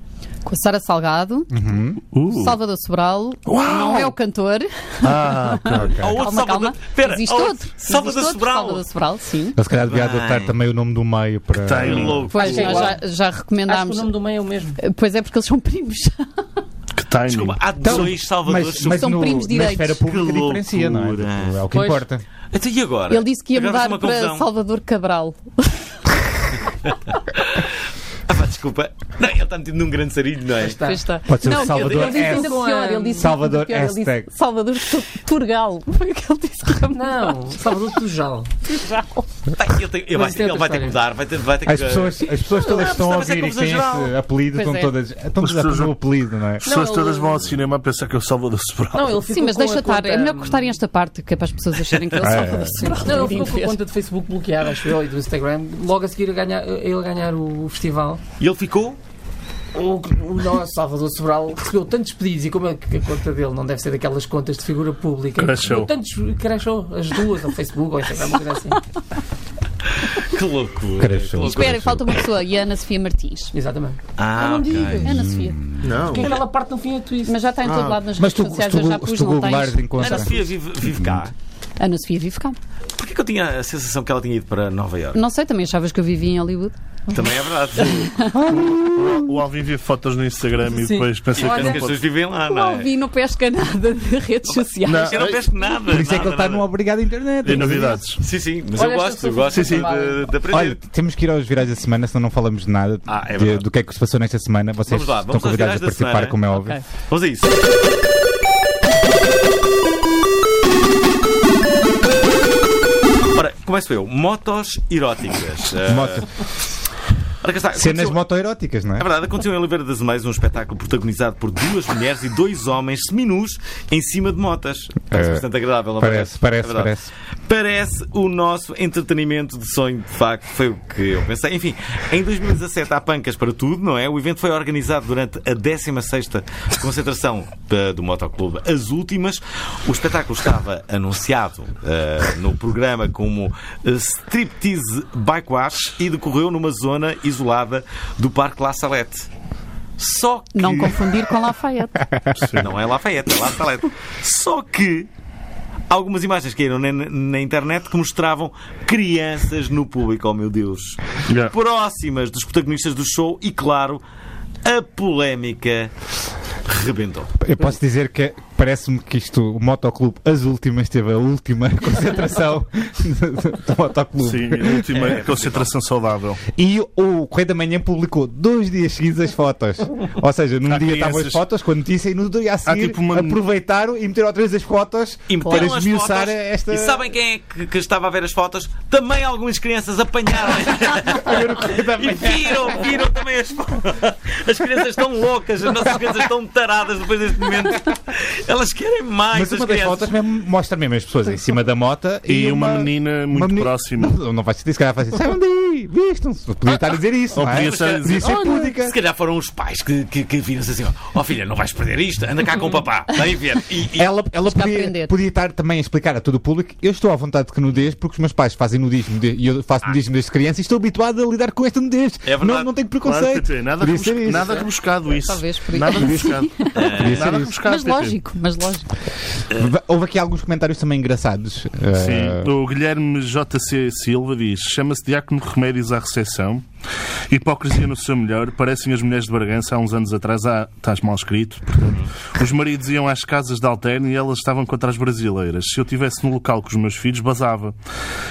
Speaker 6: Com a Sara Salgado,
Speaker 2: Uhum.
Speaker 4: Uh.
Speaker 6: Salvador Sobral, não é o cantor.
Speaker 4: Ah, ok.
Speaker 1: ao outro
Speaker 6: Calma, calma.
Speaker 1: Salvador. Pera,
Speaker 6: Existe
Speaker 1: ao
Speaker 6: outro.
Speaker 1: Salvador
Speaker 6: Existe outro
Speaker 1: Sobral.
Speaker 6: Salvador Sobral, sim.
Speaker 2: Ele se calhar devia
Speaker 1: Bem.
Speaker 2: adotar também o nome do meio para.
Speaker 1: Que
Speaker 4: timing.
Speaker 1: louco.
Speaker 6: Pois,
Speaker 3: Acho que é
Speaker 6: nós já, já
Speaker 3: Acho que
Speaker 6: recomendámos.
Speaker 3: o nome do meio é o mesmo.
Speaker 6: Pois é, porque eles são primos.
Speaker 4: Que timing.
Speaker 1: Desculpa, há
Speaker 6: Então,
Speaker 1: dois Salvadores.
Speaker 2: mas,
Speaker 1: Sobral.
Speaker 2: mas
Speaker 6: São
Speaker 2: no,
Speaker 6: primos
Speaker 2: na
Speaker 6: direitos.
Speaker 2: esfera pública
Speaker 1: Que
Speaker 2: diferencia, não
Speaker 1: loucura.
Speaker 2: é? É o que
Speaker 6: Pois.
Speaker 2: importa.
Speaker 1: Então e agora?
Speaker 6: Ele disse que ia
Speaker 1: Agora
Speaker 6: mudar
Speaker 1: vai ser uma
Speaker 6: para
Speaker 1: confusão.
Speaker 6: Salvador Cabral.
Speaker 1: Ah, pá, desculpa. Não, ele está metido num grande sarilho, não é?
Speaker 3: Está.
Speaker 6: Pois está.
Speaker 2: Pode ser o
Speaker 6: não,
Speaker 2: Salvador
Speaker 6: ele disse
Speaker 2: S.
Speaker 6: ainda pior. Ele disse
Speaker 2: Salvador
Speaker 6: ainda pior, ele disse
Speaker 2: hashtag.
Speaker 6: Salvador Tu- Turgal. Foi o que ele disse que ia mudar.
Speaker 3: Não, Salvador Tujal.
Speaker 1: Tá, ele, tem- ele vai,
Speaker 3: Mas isso é
Speaker 1: ele
Speaker 3: outra
Speaker 1: vai ter que
Speaker 3: história.
Speaker 1: mudar, vai ter, vai ter
Speaker 2: As
Speaker 1: que.
Speaker 2: pessoas, as pessoas todas que estão a
Speaker 1: mas é
Speaker 2: ouvir e que
Speaker 1: confusão
Speaker 2: têm
Speaker 1: geral.
Speaker 2: esse apelido
Speaker 6: Pois
Speaker 2: estão
Speaker 6: é.
Speaker 2: todas. Estão todas a
Speaker 4: pessoas
Speaker 2: fazer o
Speaker 4: não-
Speaker 2: apelido, não é?
Speaker 4: As pessoas
Speaker 6: Não,
Speaker 4: todas
Speaker 6: eu-
Speaker 4: vão ao cinema a pensar que é o Salvador Sobral.
Speaker 3: Não, ele ficou
Speaker 6: Sim, mas
Speaker 3: com a
Speaker 6: deixa estar.
Speaker 3: conta,
Speaker 6: É melhor
Speaker 3: hum,
Speaker 6: cortarem esta parte, que é para as pessoas acharem que
Speaker 2: Ah,
Speaker 6: ele é Salvador Sobral.
Speaker 3: Não, ele
Speaker 6: Ninguém
Speaker 3: ficou com a
Speaker 6: fez.
Speaker 3: conta de Facebook bloqueada, acho eu, e do Instagram, logo a seguir a ganhar, a ele ganhar o festival.
Speaker 1: E ele ficou?
Speaker 3: O, o nosso Salvador Sobral recebeu tantos pedidos e como é que a conta dele não deve ser daquelas contas de figura pública.
Speaker 4: Crashou.
Speaker 3: recebeu Tantos crashou, as duas, ao Facebook ou Instagram, uma coisa assim.
Speaker 1: Que loucura.
Speaker 2: Cresceu.
Speaker 1: que loucura.
Speaker 6: Espera, falta uma pessoa. E a Ana Sofia Martins.
Speaker 3: Exatamente.
Speaker 1: Ah,
Speaker 3: não
Speaker 1: ok.
Speaker 3: digas.
Speaker 6: Ana Sofia.
Speaker 4: Não.
Speaker 3: Porque aquela parte no fim é twist.
Speaker 6: Mas já está em todo lado nas
Speaker 2: Ah, Mas
Speaker 6: redes
Speaker 2: tu, se
Speaker 6: sociais.
Speaker 2: tu,
Speaker 6: eu já
Speaker 2: se
Speaker 6: pus,
Speaker 2: tu
Speaker 6: não
Speaker 2: googlares
Speaker 6: tens.
Speaker 1: Ana
Speaker 2: encontras.
Speaker 1: Sofia vive, vive cá.
Speaker 6: Ana Sofia vive cá.
Speaker 1: Porquê que eu tinha a sensação que ela tinha ido para Nova Iorque?
Speaker 6: Não sei, também achavas que eu vivia em Hollywood.
Speaker 1: Também é verdade.
Speaker 4: O Alvin vê fotos no Instagram e
Speaker 3: Sim.
Speaker 4: depois pensa
Speaker 1: Sim,
Speaker 4: que
Speaker 1: penso que
Speaker 4: não
Speaker 1: as pessoas
Speaker 4: pode.
Speaker 1: vivem
Speaker 2: Ah,
Speaker 1: lá, não
Speaker 6: Não
Speaker 1: é?
Speaker 6: vi, não pesca nada de redes sociais.
Speaker 4: Não.
Speaker 1: Eu não pesco nada.
Speaker 2: Por isso é que ele está
Speaker 1: nada.
Speaker 2: num obrigado à internet.
Speaker 4: E novidades.
Speaker 1: Sim, sim, mas eu
Speaker 3: Olha, esta
Speaker 1: gosto, eu
Speaker 3: pessoa
Speaker 1: gosto
Speaker 3: foi
Speaker 1: de,
Speaker 3: formada.
Speaker 1: de aprender.
Speaker 2: Olha, temos que ir aos virais da semana, senão não falamos de nada
Speaker 1: Ah, é
Speaker 2: de-
Speaker 1: verdade.
Speaker 2: do que é que se passou nesta semana. Vocês
Speaker 1: Vamos lá,
Speaker 2: estão
Speaker 1: vamos aos
Speaker 2: convidados a
Speaker 1: virais da
Speaker 2: participar,
Speaker 1: semana.
Speaker 2: como é óbvio.
Speaker 6: Ok.
Speaker 1: Vamos a isso. Ora, começo eu. Motos eróticas. Ah,
Speaker 2: Moto.
Speaker 1: Ora, cá está.
Speaker 2: Cenas
Speaker 1: Aconteceu-
Speaker 2: motoeróticas, não é?
Speaker 1: É verdade, aconteceu em Oliveira das Meias um espetáculo protagonizado por duas mulheres e dois homens seminus em cima de motas. Parece
Speaker 2: É.
Speaker 1: bastante agradável, não
Speaker 2: Parece,
Speaker 1: É
Speaker 2: parece,
Speaker 1: verdade.
Speaker 2: parece.
Speaker 1: Parece o nosso entretenimento de sonho, de facto, foi o que eu pensei. Enfim, em 2017 há pancas para tudo, não é? O evento foi organizado durante a 16ª concentração da- do Motoclube As Últimas. O espetáculo estava anunciado eh, no programa como eh, Striptease Bike Wash e decorreu numa zona isolada do Parque La Salette. Só que...
Speaker 6: Não confundir com Lafayette.
Speaker 1: Não é Lafayette, é Lafayette. Só que algumas imagens caíram na, na internet que mostravam crianças no público, oh meu Deus.
Speaker 4: Yeah.
Speaker 1: Próximas dos protagonistas do show e, claro, a polémica rebentou.
Speaker 2: Eu posso dizer que parece-me que isto, o Motoclube, as últimas, teve a última concentração do, do Motoclube.
Speaker 4: Sim, a última
Speaker 2: É.
Speaker 4: concentração saudável.
Speaker 2: E o Correio da Manhã publicou dois dias seguidos as fotos. Ou seja, num
Speaker 4: Há
Speaker 2: dia estavam as
Speaker 4: crianças-
Speaker 2: fotos com a notícia e no dia a seguir
Speaker 4: tipo uma-
Speaker 2: aproveitaram e meteram outra vez as fotos
Speaker 1: E
Speaker 2: para
Speaker 1: meteram as
Speaker 2: esmiuçar
Speaker 1: fotos,
Speaker 2: esta.
Speaker 1: E sabem quem é que, que estava a ver as fotos? Também algumas crianças apanharam. e viram, viram também as fotos. As crianças estão loucas, as nossas crianças estão taradas depois deste momento. Elas querem mais
Speaker 2: Mas
Speaker 1: é as
Speaker 2: uma das
Speaker 1: crianças.
Speaker 2: fotos mesmo mostra mesmo as pessoas em cima da moto
Speaker 4: E uma menina muito
Speaker 2: meni-
Speaker 4: próxima.
Speaker 2: Não, não faz sentido, se calhar faz assim, saiam daí, vistam-se. Podia estar a dizer isso.
Speaker 4: Ou
Speaker 2: não é?
Speaker 4: podia estar a
Speaker 2: Podia
Speaker 4: dizer,
Speaker 2: ser
Speaker 4: "Olha,
Speaker 2: púdica.
Speaker 1: Se calhar foram os pais que, que, que viram-se assim: ó "Ó, filha, não vais perder isto, anda cá com o papá, vem ver. E, e-
Speaker 2: Ela, ela
Speaker 6: Está a
Speaker 2: podia,
Speaker 6: aprender.
Speaker 2: podia estar também a explicar a todo o público. Eu estou à vontade que nudez, porque os meus pais fazem nudismo de- e eu faço nudismo desde criança e estou habituado a lidar com esta nudez.
Speaker 1: Ah. É verdade.
Speaker 2: não, não tenho
Speaker 4: Claro,
Speaker 2: preconceito.
Speaker 4: Pepe, nada,
Speaker 2: Podia ser
Speaker 4: rebus-
Speaker 2: isso.
Speaker 4: nada rebuscado isso.
Speaker 6: Talvez por isso.
Speaker 4: Nada rebuscado.
Speaker 2: Podia ser
Speaker 4: Nada
Speaker 2: isso.
Speaker 4: rebuscado.
Speaker 6: Mas
Speaker 4: Pepe.
Speaker 6: lógico, mas lógico.
Speaker 2: V- Houve aqui alguns comentários também engraçados. Eh,
Speaker 4: Sim, o Guilherme JC Silva diz: chama-se Diácono Remédios à Recessão. Hipocrisia no seu melhor. Parecem as mulheres de Bragança há uns anos atrás. Ah, estás mal escrito. Portanto, os maridos iam às casas de Alterno e elas estavam contra as brasileiras. Se eu estivesse no local com os meus filhos, basava.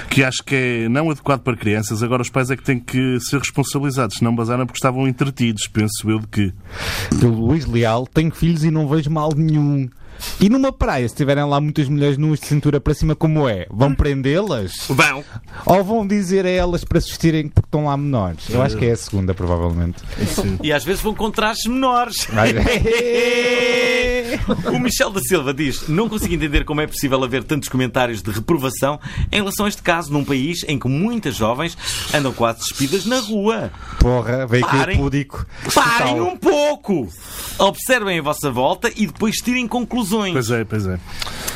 Speaker 4: Que acho que é não adequado para crianças. Agora os pais é que têm que ser responsabilizados. Se não basaram porque estavam entretidos, penso eu de que.
Speaker 2: do Luís Leal, tenho filhos e não vejo mal nenhum. E numa praia, se tiverem lá muitas mulheres nuas de cintura para cima, como é? Vão prendê-las?
Speaker 1: vão.
Speaker 2: Ou vão dizer a elas para assistirem porque estão lá menores? Eu acho que é a segunda, provavelilmente.
Speaker 1: E às vezes vão com trajes menores.
Speaker 2: Mas-
Speaker 1: O Michel da Silva diz: Não consigo entender como é possível haver tantos comentários de reprovação em relação a este caso num país em que muitas jovens andam quase despidas na rua.
Speaker 2: Porra, veio aqui
Speaker 1: Parem.
Speaker 2: o púdico.
Speaker 1: Parem
Speaker 2: Total.
Speaker 1: um pouco! Observem a vossa volta e depois tirem conclusões.
Speaker 4: Pois é, pois é.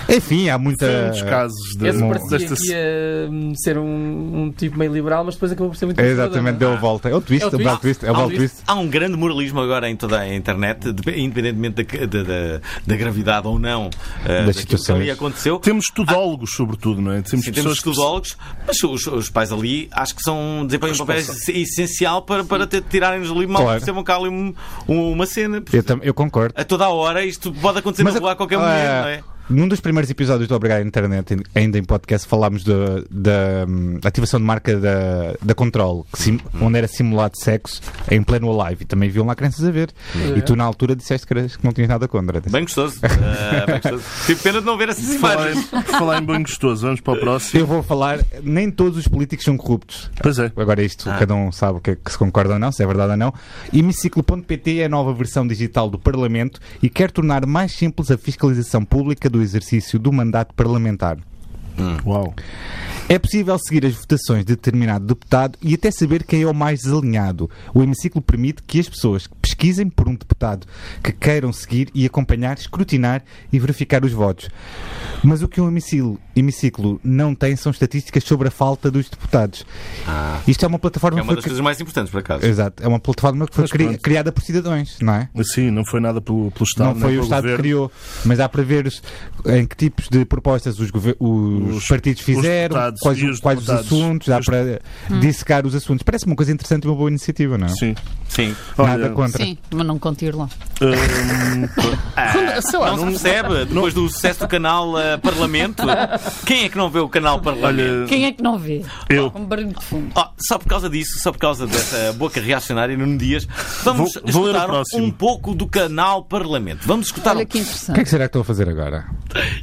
Speaker 2: Enfim, há muita.
Speaker 4: Tem muitos casos de,
Speaker 3: Esse parecia
Speaker 4: desta.
Speaker 3: que ia hum, ser um, um tipo meio liberal, mas depois acabou por ser muito
Speaker 2: É,
Speaker 3: conservador,
Speaker 2: Exatamente,
Speaker 3: não
Speaker 2: deu a volta. É o twist,
Speaker 3: É
Speaker 2: é
Speaker 3: o
Speaker 2: o plot
Speaker 3: twist.
Speaker 2: twist, é o
Speaker 3: Ah, o
Speaker 2: plot twist.
Speaker 1: Há um grande moralismo agora em toda a internet, de- independentemente da, da- da- da gravidade ou não uh, daquilo
Speaker 2: situações.
Speaker 1: que ali aconteceu.
Speaker 4: Temos tudólogos, sobretudo, não é? Temos
Speaker 1: Sim, temos
Speaker 4: pessoas que
Speaker 1: estudólogos, mas os, os pais ali acho que são desempenham um papel essencial para, para te- tirarem-nos ali mal,
Speaker 2: Claro.
Speaker 1: percebam que há ali um- um- uma cena.
Speaker 2: Eu, tam- eu concordo.
Speaker 1: A toda a hora isto pode acontecer na rua a qualquer momento,
Speaker 2: ah,
Speaker 1: não é?
Speaker 2: Num dos primeiros episódios do Obrigado à Internet, em- ainda em podcast, falámos do- da hum, ativação de marca da, da Control, que sim-
Speaker 1: Hum.
Speaker 2: onde era simulado sexo em pleno live. E também viam lá crianças a ver. E tu, na altura, disseste que, eras- que não tinhas nada contra.
Speaker 1: Bem gostoso. Ah, bem gostoso. Tive pena de não ver essas
Speaker 4: Falar em,
Speaker 1: imagens.
Speaker 4: por falar em bem gostoso, vamos para o próximo.
Speaker 2: Eu vou falar, nem todos os políticos são corruptos.
Speaker 4: Pois é.
Speaker 2: Agora isto,
Speaker 1: Ah.
Speaker 2: cada um sabe o que, é que se concorda ou não, se é verdade ou não. Hemiciclo.pt é a nova versão digital do Parlamento e quer tornar mais simples a fiscalização pública do exercício do mandato parlamentar.
Speaker 4: Uau.
Speaker 2: É possível seguir as votações de determinado deputado e até saber quem é o mais desalinhado. O hemiciclo permite que as pessoas que pesquisem por um deputado que queiram seguir e acompanhar, escrutinar e verificar os votos. Mas o que um hemiciclo, hemiciclo não tem são estatísticas sobre a falta dos deputados. Isto é uma plataforma
Speaker 1: É uma das
Speaker 2: que foi
Speaker 1: coisas mais importantes, por acaso.
Speaker 2: cri- Exato, é uma plataforma que foi
Speaker 4: Mas
Speaker 2: cri-
Speaker 4: pronto.
Speaker 2: criada por cidadãos, não é?
Speaker 4: Assim, não foi nada pelo, pelo Estado.
Speaker 2: Não
Speaker 4: nem
Speaker 2: foi o
Speaker 4: pelo
Speaker 2: Estado que
Speaker 4: governo.
Speaker 2: criou, mas dá para ver os- em que tipos de propostas os, gover- os
Speaker 4: Os-
Speaker 2: partidos
Speaker 4: os
Speaker 2: fizeram,
Speaker 4: deputados
Speaker 2: quais,
Speaker 4: e
Speaker 2: os,
Speaker 4: os
Speaker 2: quais os
Speaker 4: deputados.
Speaker 2: assuntos, dá
Speaker 4: Os-
Speaker 2: para
Speaker 3: Hum.
Speaker 2: dissecar os assuntos. Parece uma coisa interessante e uma boa iniciativa, não é?
Speaker 4: Sim.
Speaker 1: Sim.
Speaker 2: Nada
Speaker 4: Olha,
Speaker 2: contra.
Speaker 6: Sim, mas não contigo lá.
Speaker 4: hum,
Speaker 1: Ah, não, se percebe, depois do sucesso do canal ah, Parlamento, quem é que não vê o canal Parlamento?
Speaker 4: olha,
Speaker 6: Quem é que não vê?
Speaker 4: Eu.
Speaker 6: Um barulho de fundo.
Speaker 1: Oh, só por causa disso, só por causa dessa boca reacionária, Nuno Dias, vamos
Speaker 4: Vou- vou ler o
Speaker 1: escutar
Speaker 4: próximo.
Speaker 1: um pouco do canal Parlamento. Vamos escutar.
Speaker 6: Olha que
Speaker 1: um-
Speaker 2: O que é
Speaker 6: interessante.
Speaker 2: que será que estão a fazer agora?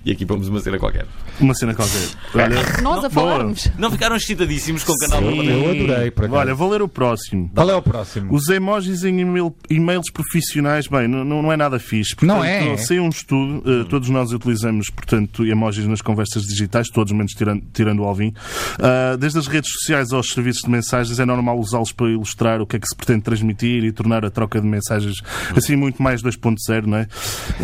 Speaker 1: E aqui vamos uma cena qualquer.
Speaker 4: uma cena qualquer. Olha,
Speaker 6: Nós a falarmos.
Speaker 1: é Não ficaram excitadíssimos com o canal
Speaker 2: Sim.
Speaker 1: permanente?
Speaker 2: Eu adorei, por acaso.
Speaker 4: Olha, vou ler o próximo.
Speaker 2: Qual é o próximo?
Speaker 4: Os emojis em email- e-mails profissionais, bem, não, não é nada fixe.
Speaker 2: Não é. Hum.
Speaker 4: Saiu um estudo, eh, todos nós utilizamos, portanto, emojis nas conversas digitais, todos menos tirando, tirando o Alvin. Ah, desde as redes sociais aos serviços de mensagens, é normal usá-los para ilustrar o que é que se pretende transmitir e tornar a troca de mensagens
Speaker 2: Hum.
Speaker 4: assim muito mais 2.0, não é?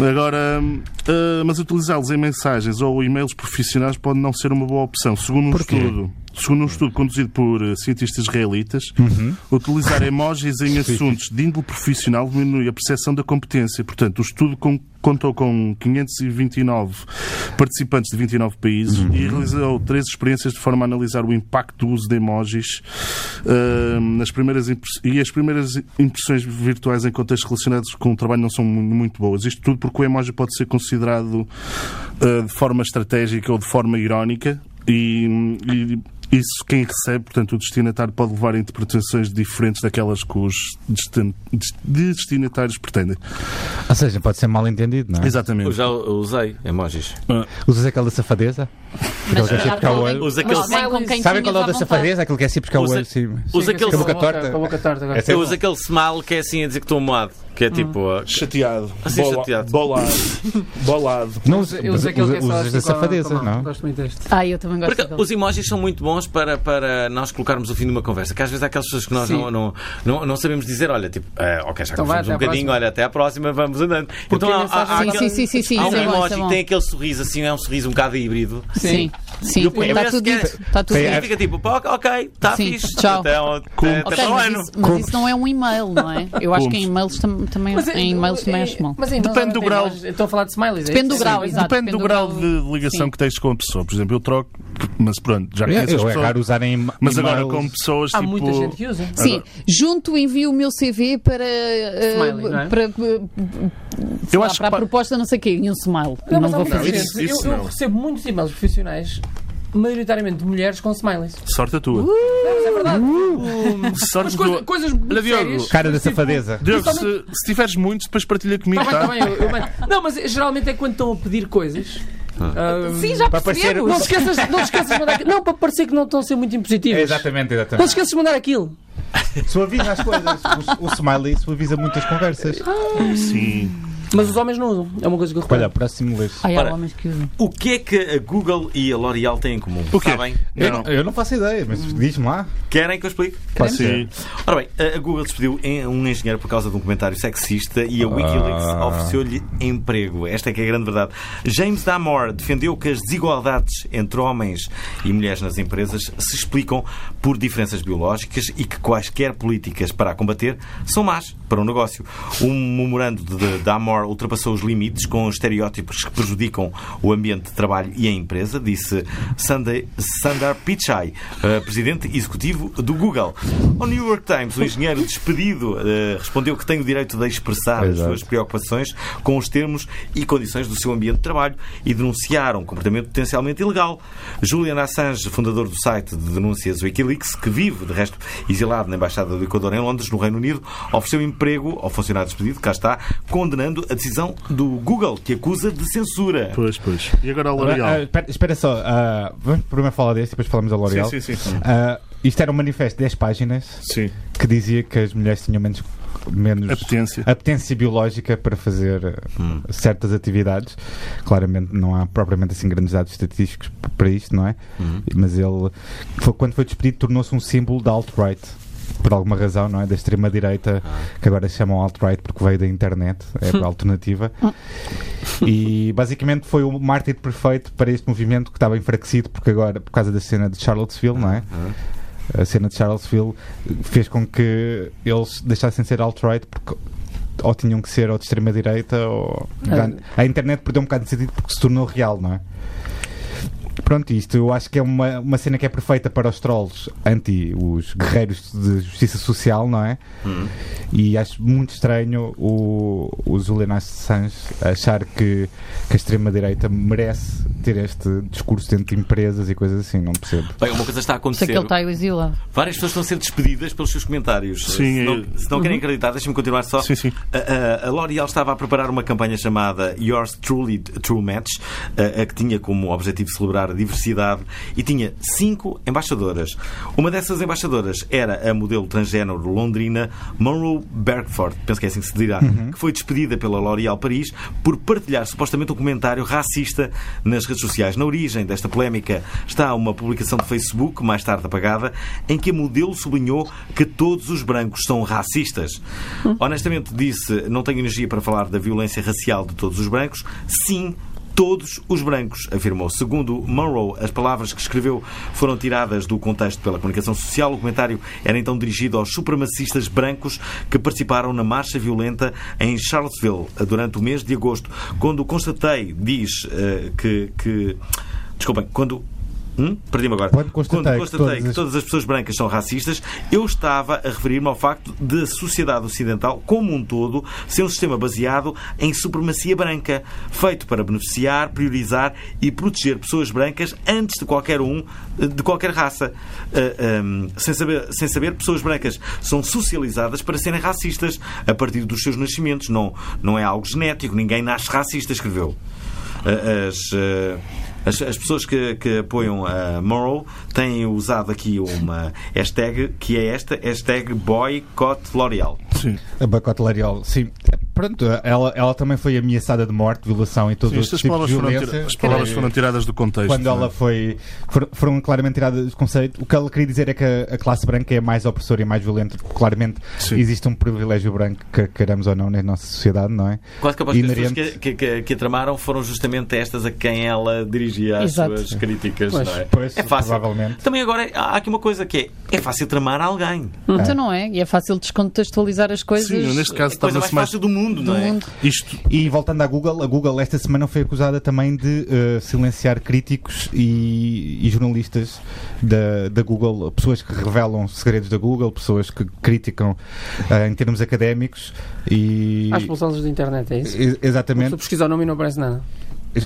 Speaker 4: Agora, ah, mas utilizá-los em mensagens ou e-mails profissionais pode não ser uma boa opção, segundo um
Speaker 2: Porquê?
Speaker 4: estudo. Segundo um estudo conduzido por eh, cientistas israelitas, utilizar emojis em assuntos de índole profissional diminui a percepção da competência. Portanto, o estudo con- contou com 529 participantes de 29 países e realizou três experiências de forma a analisar o impacto do uso de emojis eh, nas primeiras impre- e as primeiras impressões virtuais em contextos relacionados com o trabalho não são mu- muito boas. Isto tudo porque o emoji pode ser considerado eh, de forma estratégica ou de forma irónica e, e isso quem recebe, portanto, o destinatário pode levar a interpretações diferentes daquelas que os destin- des- destinatários pretendem.
Speaker 2: Ou seja, pode ser mal entendido, não é?
Speaker 4: Exatamente.
Speaker 1: Eu já usei emojis.
Speaker 2: Usas aquela safadeza? Aquele que é assim buscar o olho.
Speaker 1: Usa aquele-
Speaker 6: alguém com
Speaker 2: Sabe qual é o
Speaker 6: quem tinhas
Speaker 2: da
Speaker 6: à vontade.
Speaker 2: safadeza? Aquele que é assim buscar o
Speaker 1: Usa-
Speaker 2: olho assim.
Speaker 1: Usa aquele,
Speaker 2: com a boca torta.
Speaker 3: Com a boca torta agora.
Speaker 2: É
Speaker 1: eu
Speaker 2: sempre-
Speaker 1: uso aquele smile que é assim a dizer que estou moado. Que é tipo. ah,
Speaker 4: Chateado.
Speaker 1: Assim, Bola- chateado.
Speaker 4: Bolado. Bolado.
Speaker 2: Não usa,
Speaker 3: Eu uso
Speaker 2: usa,
Speaker 3: aquele que é só
Speaker 2: usas
Speaker 3: assim
Speaker 2: da
Speaker 3: com a- com
Speaker 2: safadeza,
Speaker 3: a mão.
Speaker 2: não?
Speaker 3: Gosto muito deste.
Speaker 6: Ah, eu também gosto
Speaker 1: Porque
Speaker 6: daquele.
Speaker 1: os emojis são muito bons para, para nós colocarmos o fim de uma conversa, que às vezes há aquelas pessoas que nós
Speaker 3: Sim.
Speaker 1: não, não, não, não sabemos dizer, olha, tipo, eh, ok, já
Speaker 3: Então
Speaker 1: conversamos um
Speaker 3: vai, até à
Speaker 1: bocadinho,
Speaker 3: próxima.
Speaker 1: olha, até à próxima, vamos andando. Então
Speaker 3: Porque a mensagem-
Speaker 6: Sim, sim, sim, sim, sim,
Speaker 1: há
Speaker 6: isso
Speaker 1: um
Speaker 6: é bom,
Speaker 1: emoji
Speaker 6: isso é bom.
Speaker 1: que tem aquele sorriso assim, é um sorriso um bocado híbrido.
Speaker 6: Sim, sim.
Speaker 1: Eu ponho-
Speaker 6: Está
Speaker 1: eu
Speaker 6: tudo
Speaker 1: acho que é-
Speaker 6: dito. Está tudo
Speaker 2: Tem-
Speaker 6: dito.
Speaker 1: Fica tipo, pá, ok, está
Speaker 6: Sim,
Speaker 1: fixe.
Speaker 6: tchau.
Speaker 1: Então, até, até
Speaker 6: Ok,
Speaker 1: para o
Speaker 6: mas
Speaker 1: ano.
Speaker 6: isso, mas isso não é um e-mail, não é? Eu acho que em e-mails tam- também, em e-mails também acho mal.
Speaker 3: é- eh, Mas em
Speaker 4: Depende
Speaker 3: e-mails
Speaker 4: do
Speaker 3: não tem
Speaker 4: grau.
Speaker 3: emojis. Eu Estou a falar de smileys. é
Speaker 6: Depende do
Speaker 3: isso?
Speaker 6: grau,
Speaker 3: Sim.
Speaker 6: exato.
Speaker 4: Depende do grau de ligação
Speaker 6: Sim.
Speaker 4: que tens com a pessoa. Por exemplo, eu troco, mas pronto, já
Speaker 2: Eu,
Speaker 4: conheço as
Speaker 2: eu é
Speaker 4: pessoas.
Speaker 2: raro usarem em
Speaker 4: Mas agora
Speaker 2: e-mails.
Speaker 4: com pessoas
Speaker 3: Há
Speaker 4: tipo.
Speaker 3: muita gente que usa.
Speaker 6: Sim, junto envio o meu CV para. eh,
Speaker 3: Smiley, não é?
Speaker 6: para, eh, sei
Speaker 4: Eu
Speaker 6: lá,
Speaker 4: acho
Speaker 6: para
Speaker 4: que
Speaker 6: a
Speaker 4: pa-
Speaker 6: proposta, não sei o quê, e um smile.
Speaker 3: Não,
Speaker 6: Não,
Speaker 3: mas há
Speaker 6: vou
Speaker 3: muita
Speaker 6: fazer.
Speaker 4: fazer
Speaker 3: gente.
Speaker 4: isso.
Speaker 3: Eu-
Speaker 4: Isso
Speaker 3: eu,
Speaker 4: não.
Speaker 3: recebo muitos e-mails profissionais, maioritariamente de mulheres com smileys.
Speaker 4: Sorte a tua.
Speaker 3: Mas é verdade. Mas
Speaker 4: Sorte é
Speaker 3: coisa-
Speaker 4: do...
Speaker 3: coisas muito
Speaker 4: Olha, Diogo,
Speaker 3: sérias.
Speaker 2: Cara da
Speaker 3: Mas, tipo,
Speaker 2: safadeza.
Speaker 4: Diogo, se, se tiveres muitos, depois partilha comigo,
Speaker 3: Tá bem,
Speaker 4: tá?
Speaker 3: tá bem, eu- eu mando. Não, mas geralmente é quando estão a pedir coisas. Ahm,
Speaker 6: Sim, já
Speaker 2: Para parecer-
Speaker 6: percebemos.
Speaker 3: Não te esqueças, não te esqueças de mandar aquilo. Não, para parecer que não estão a ser muito impositivos.
Speaker 2: É, Exatamente,
Speaker 3: Não te
Speaker 2: exatamente.
Speaker 3: esqueças de mandar aquilo.
Speaker 2: Suaviza as coisas. O, o smiley suaviza muitas conversas.
Speaker 4: Ah, Sim.
Speaker 3: Mas os homens não usam. É uma coisa que eu
Speaker 2: Olha,
Speaker 3: reparo.
Speaker 2: próximo lixo.
Speaker 6: Ai, há
Speaker 1: Ora.
Speaker 6: homens que usam.
Speaker 1: O que é que a Google e a L'Oreal têm em comum?
Speaker 4: O quê?
Speaker 1: Sabem?
Speaker 2: Eu
Speaker 4: Não.
Speaker 2: não, eu não faço ideia, mas diz-me lá.
Speaker 1: Querem que eu explique?
Speaker 2: Pode
Speaker 4: Sim.
Speaker 1: Ora bem, a Google despediu em- um engenheiro por causa de um comentário sexista e a Wikileaks
Speaker 2: Ah.
Speaker 1: ofereceu-lhe emprego. Esta é que é a grande verdade. James Damore defendeu que as desigualdades entre homens e mulheres nas empresas se explicam por diferenças biológicas e que quaisquer políticas para a combater são más para o negócio. O memorando de Damore ultrapassou os limites com estereótipos que prejudicam o ambiente de trabalho e a empresa, disse Sunday- Sundar Pichai, eh, presidente executivo do Google. Ao New York Times, o engenheiro despedido eh, respondeu que tem o direito de expressar as
Speaker 2: Exato.
Speaker 1: suas preocupações com os termos e condições do seu ambiente de trabalho e denunciar um comportamento potencialmente ilegal. Julian Assange, fundador do site de denúncias Wikileaks, que vive, de resto, exilado na Embaixada do Equador em Londres, no Reino Unido, ofereceu emprego ao funcionário despedido, cá está, condenando a decisão do Google, que acusa de censura.
Speaker 4: Pois, pois. E agora a
Speaker 2: Ah,
Speaker 4: L'Oreal?
Speaker 2: espera, espera só, ah, vamos primeiro falar deste e depois falamos da L'Oreal.
Speaker 4: Sim, sim, sim.
Speaker 2: Ah, isto era um manifesto de 10 páginas
Speaker 4: Sim.
Speaker 2: que dizia que as mulheres tinham menos, menos
Speaker 4: Apetência.
Speaker 2: apetência biológica para fazer eh, certas atividades. Claramente não há propriamente assim grandes dados estatísticos p- para isto, não é? Mas ele, foi- quando foi despedido, tornou-se um símbolo da alt-right. Por alguma razão, não é? Da extrema-direita, que agora se chamam alt-right porque veio da internet, é a alternativa. E basicamente foi o mártir perfeito para este movimento que estava enfraquecido porque agora, por causa da cena de Charlottesville, não é? A cena de Charlottesville fez com que eles deixassem de ser alt-right porque ou tinham que ser ou de extrema-direita ou. A internet perdeu um bocado de sentido porque se tornou real, não é? Pronto, isto eu acho que é uma, uma cena que é perfeita para os trolls anti os guerreiros de justiça social, não é? E acho muito estranho o, o Julian Assange achar que, que a extrema-direita merece ter este discurso dentro de empresas e coisas assim, não percebo.
Speaker 1: Bem, uma coisa está a
Speaker 6: Sei
Speaker 1: acontecer.
Speaker 6: que ele está exilado.
Speaker 1: Várias pessoas estão a ser despedidas pelos seus comentários.
Speaker 4: Sim,
Speaker 1: se
Speaker 4: eu-
Speaker 1: não, se não querem acreditar, deixem-me continuar só.
Speaker 4: Uhum. Sim, sim.
Speaker 1: A, a- a L'Oréal estava a preparar uma campanha chamada Yours Truly True Match, a, a que tinha como objetivo celebrar a diversidade e tinha cinco embaixadoras. Uma dessas embaixadoras era a modelo transgénero londrina Monroe Bergford, penso que é assim que se dirá,
Speaker 4: Uhum.
Speaker 1: que foi despedida pela L'Oréal Paris por partilhar supostamente um comentário racista nas redes sociais. Na origem desta polémica está uma publicação do Facebook, mais tarde apagada, em que a modelo sublinhou que todos os brancos são racistas. Honestamente disse, não tenho energia para falar da violência racial de todos os brancos. Sim, todos os brancos, afirmou. Segundo Monroe, as palavras que escreveu foram tiradas do contexto pela comunicação social. O comentário era então dirigido aos supremacistas brancos que participaram na marcha violenta em Charlottesville eh, durante o mês de agosto. Quando constatei, diz eh, que, que. Desculpem, quando. Hum? Perdi-me agora.
Speaker 2: Quando constatei que todas
Speaker 1: que
Speaker 2: as-
Speaker 1: todas as pessoas brancas são racistas, eu estava a referir-me ao facto de a sociedade ocidental, como um todo, ser um sistema baseado em supremacia branca, feito para beneficiar, priorizar e proteger pessoas brancas antes de qualquer um, eh, de qualquer raça. Eh, ehm, sem, saber, sem saber, pessoas brancas são socializadas para serem racistas a partir dos seus nascimentos. Não, não é algo genético, ninguém nasce racista, escreveu as, eh, as, as pessoas que, que apoiam a Morrow têm usado aqui uma hashtag que é esta, hashtag boycott L'Oreal.
Speaker 2: Ah,
Speaker 4: Sim.
Speaker 2: A Bacote Lariol, sim. Pronto, ela, ela também foi ameaçada de morte, violação e todos
Speaker 4: Sim,
Speaker 2: os
Speaker 4: estas
Speaker 2: tipos tipo de
Speaker 4: palavras foram,
Speaker 2: violência.
Speaker 4: tira- as palavras foram tiradas do contexto.
Speaker 2: Quando
Speaker 4: não
Speaker 2: ela
Speaker 4: é?
Speaker 2: foi. for- Foram claramente tiradas do conceito. O que ela queria dizer é que a, a classe branca é mais opressora e mais violenta, porque claramente
Speaker 4: Sim.
Speaker 2: existe um privilégio branco, que queiramos ou não, na nossa sociedade, não é?
Speaker 1: Quase capaz que as pessoas
Speaker 2: Inerente.
Speaker 1: que, que, que, que a tramaram foram justamente estas a quem ela dirigia as
Speaker 3: Exato.
Speaker 1: suas críticas.
Speaker 3: Pois,
Speaker 1: não é?
Speaker 2: pois,
Speaker 1: é fácil.
Speaker 2: provavelmente.
Speaker 1: Também agora há aqui uma coisa que é: é fácil tramar alguém.
Speaker 6: Então não é? E é fácil descontextualizar as coisas.
Speaker 4: Sim, neste caso
Speaker 1: é a coisa mais
Speaker 4: torna-se mais.
Speaker 1: fácil do mundo, não é?
Speaker 6: mundo.
Speaker 4: Isto,
Speaker 2: E voltando à Google, a Google esta semana foi acusada também de eh, silenciar críticos e, e jornalistas da, da Google, pessoas que revelam segredos da Google, pessoas que criticam eh, em termos académicos e.
Speaker 3: Às expulsões da internet, é isso?
Speaker 2: e-
Speaker 3: Se
Speaker 2: Exatamente.
Speaker 3: tu pesquisar o nome e não aparece nada.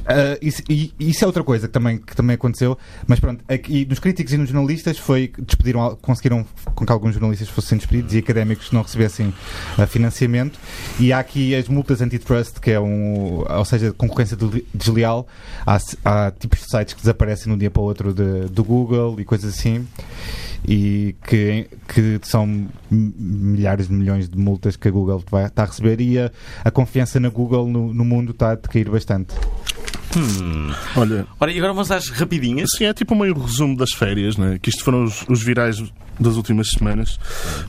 Speaker 2: Ah, isso, e- isso é outra coisa que também, que também aconteceu, mas pronto, aqui nos críticos e nos jornalistas foi que despediram, al- conseguiram com que alguns jornalistas fossem despedidos e académicos não recebessem ah, financiamento. E há aqui as multas antitrust, que é um, ou seja, concorrência deli- desleal. Há, s- há tipos de sites que desaparecem de um dia para o outro de- do Google e coisas assim, e que, que são m- milhares de milhões de multas que a Google vai, está a receber. E a, a confiança na Google no, no mundo está a decair bastante.
Speaker 4: olha,
Speaker 1: Ora, e agora vamos às rapidinhas.
Speaker 4: Sim, é tipo meio resumo das férias, né? que isto foram os, os virais das últimas semanas.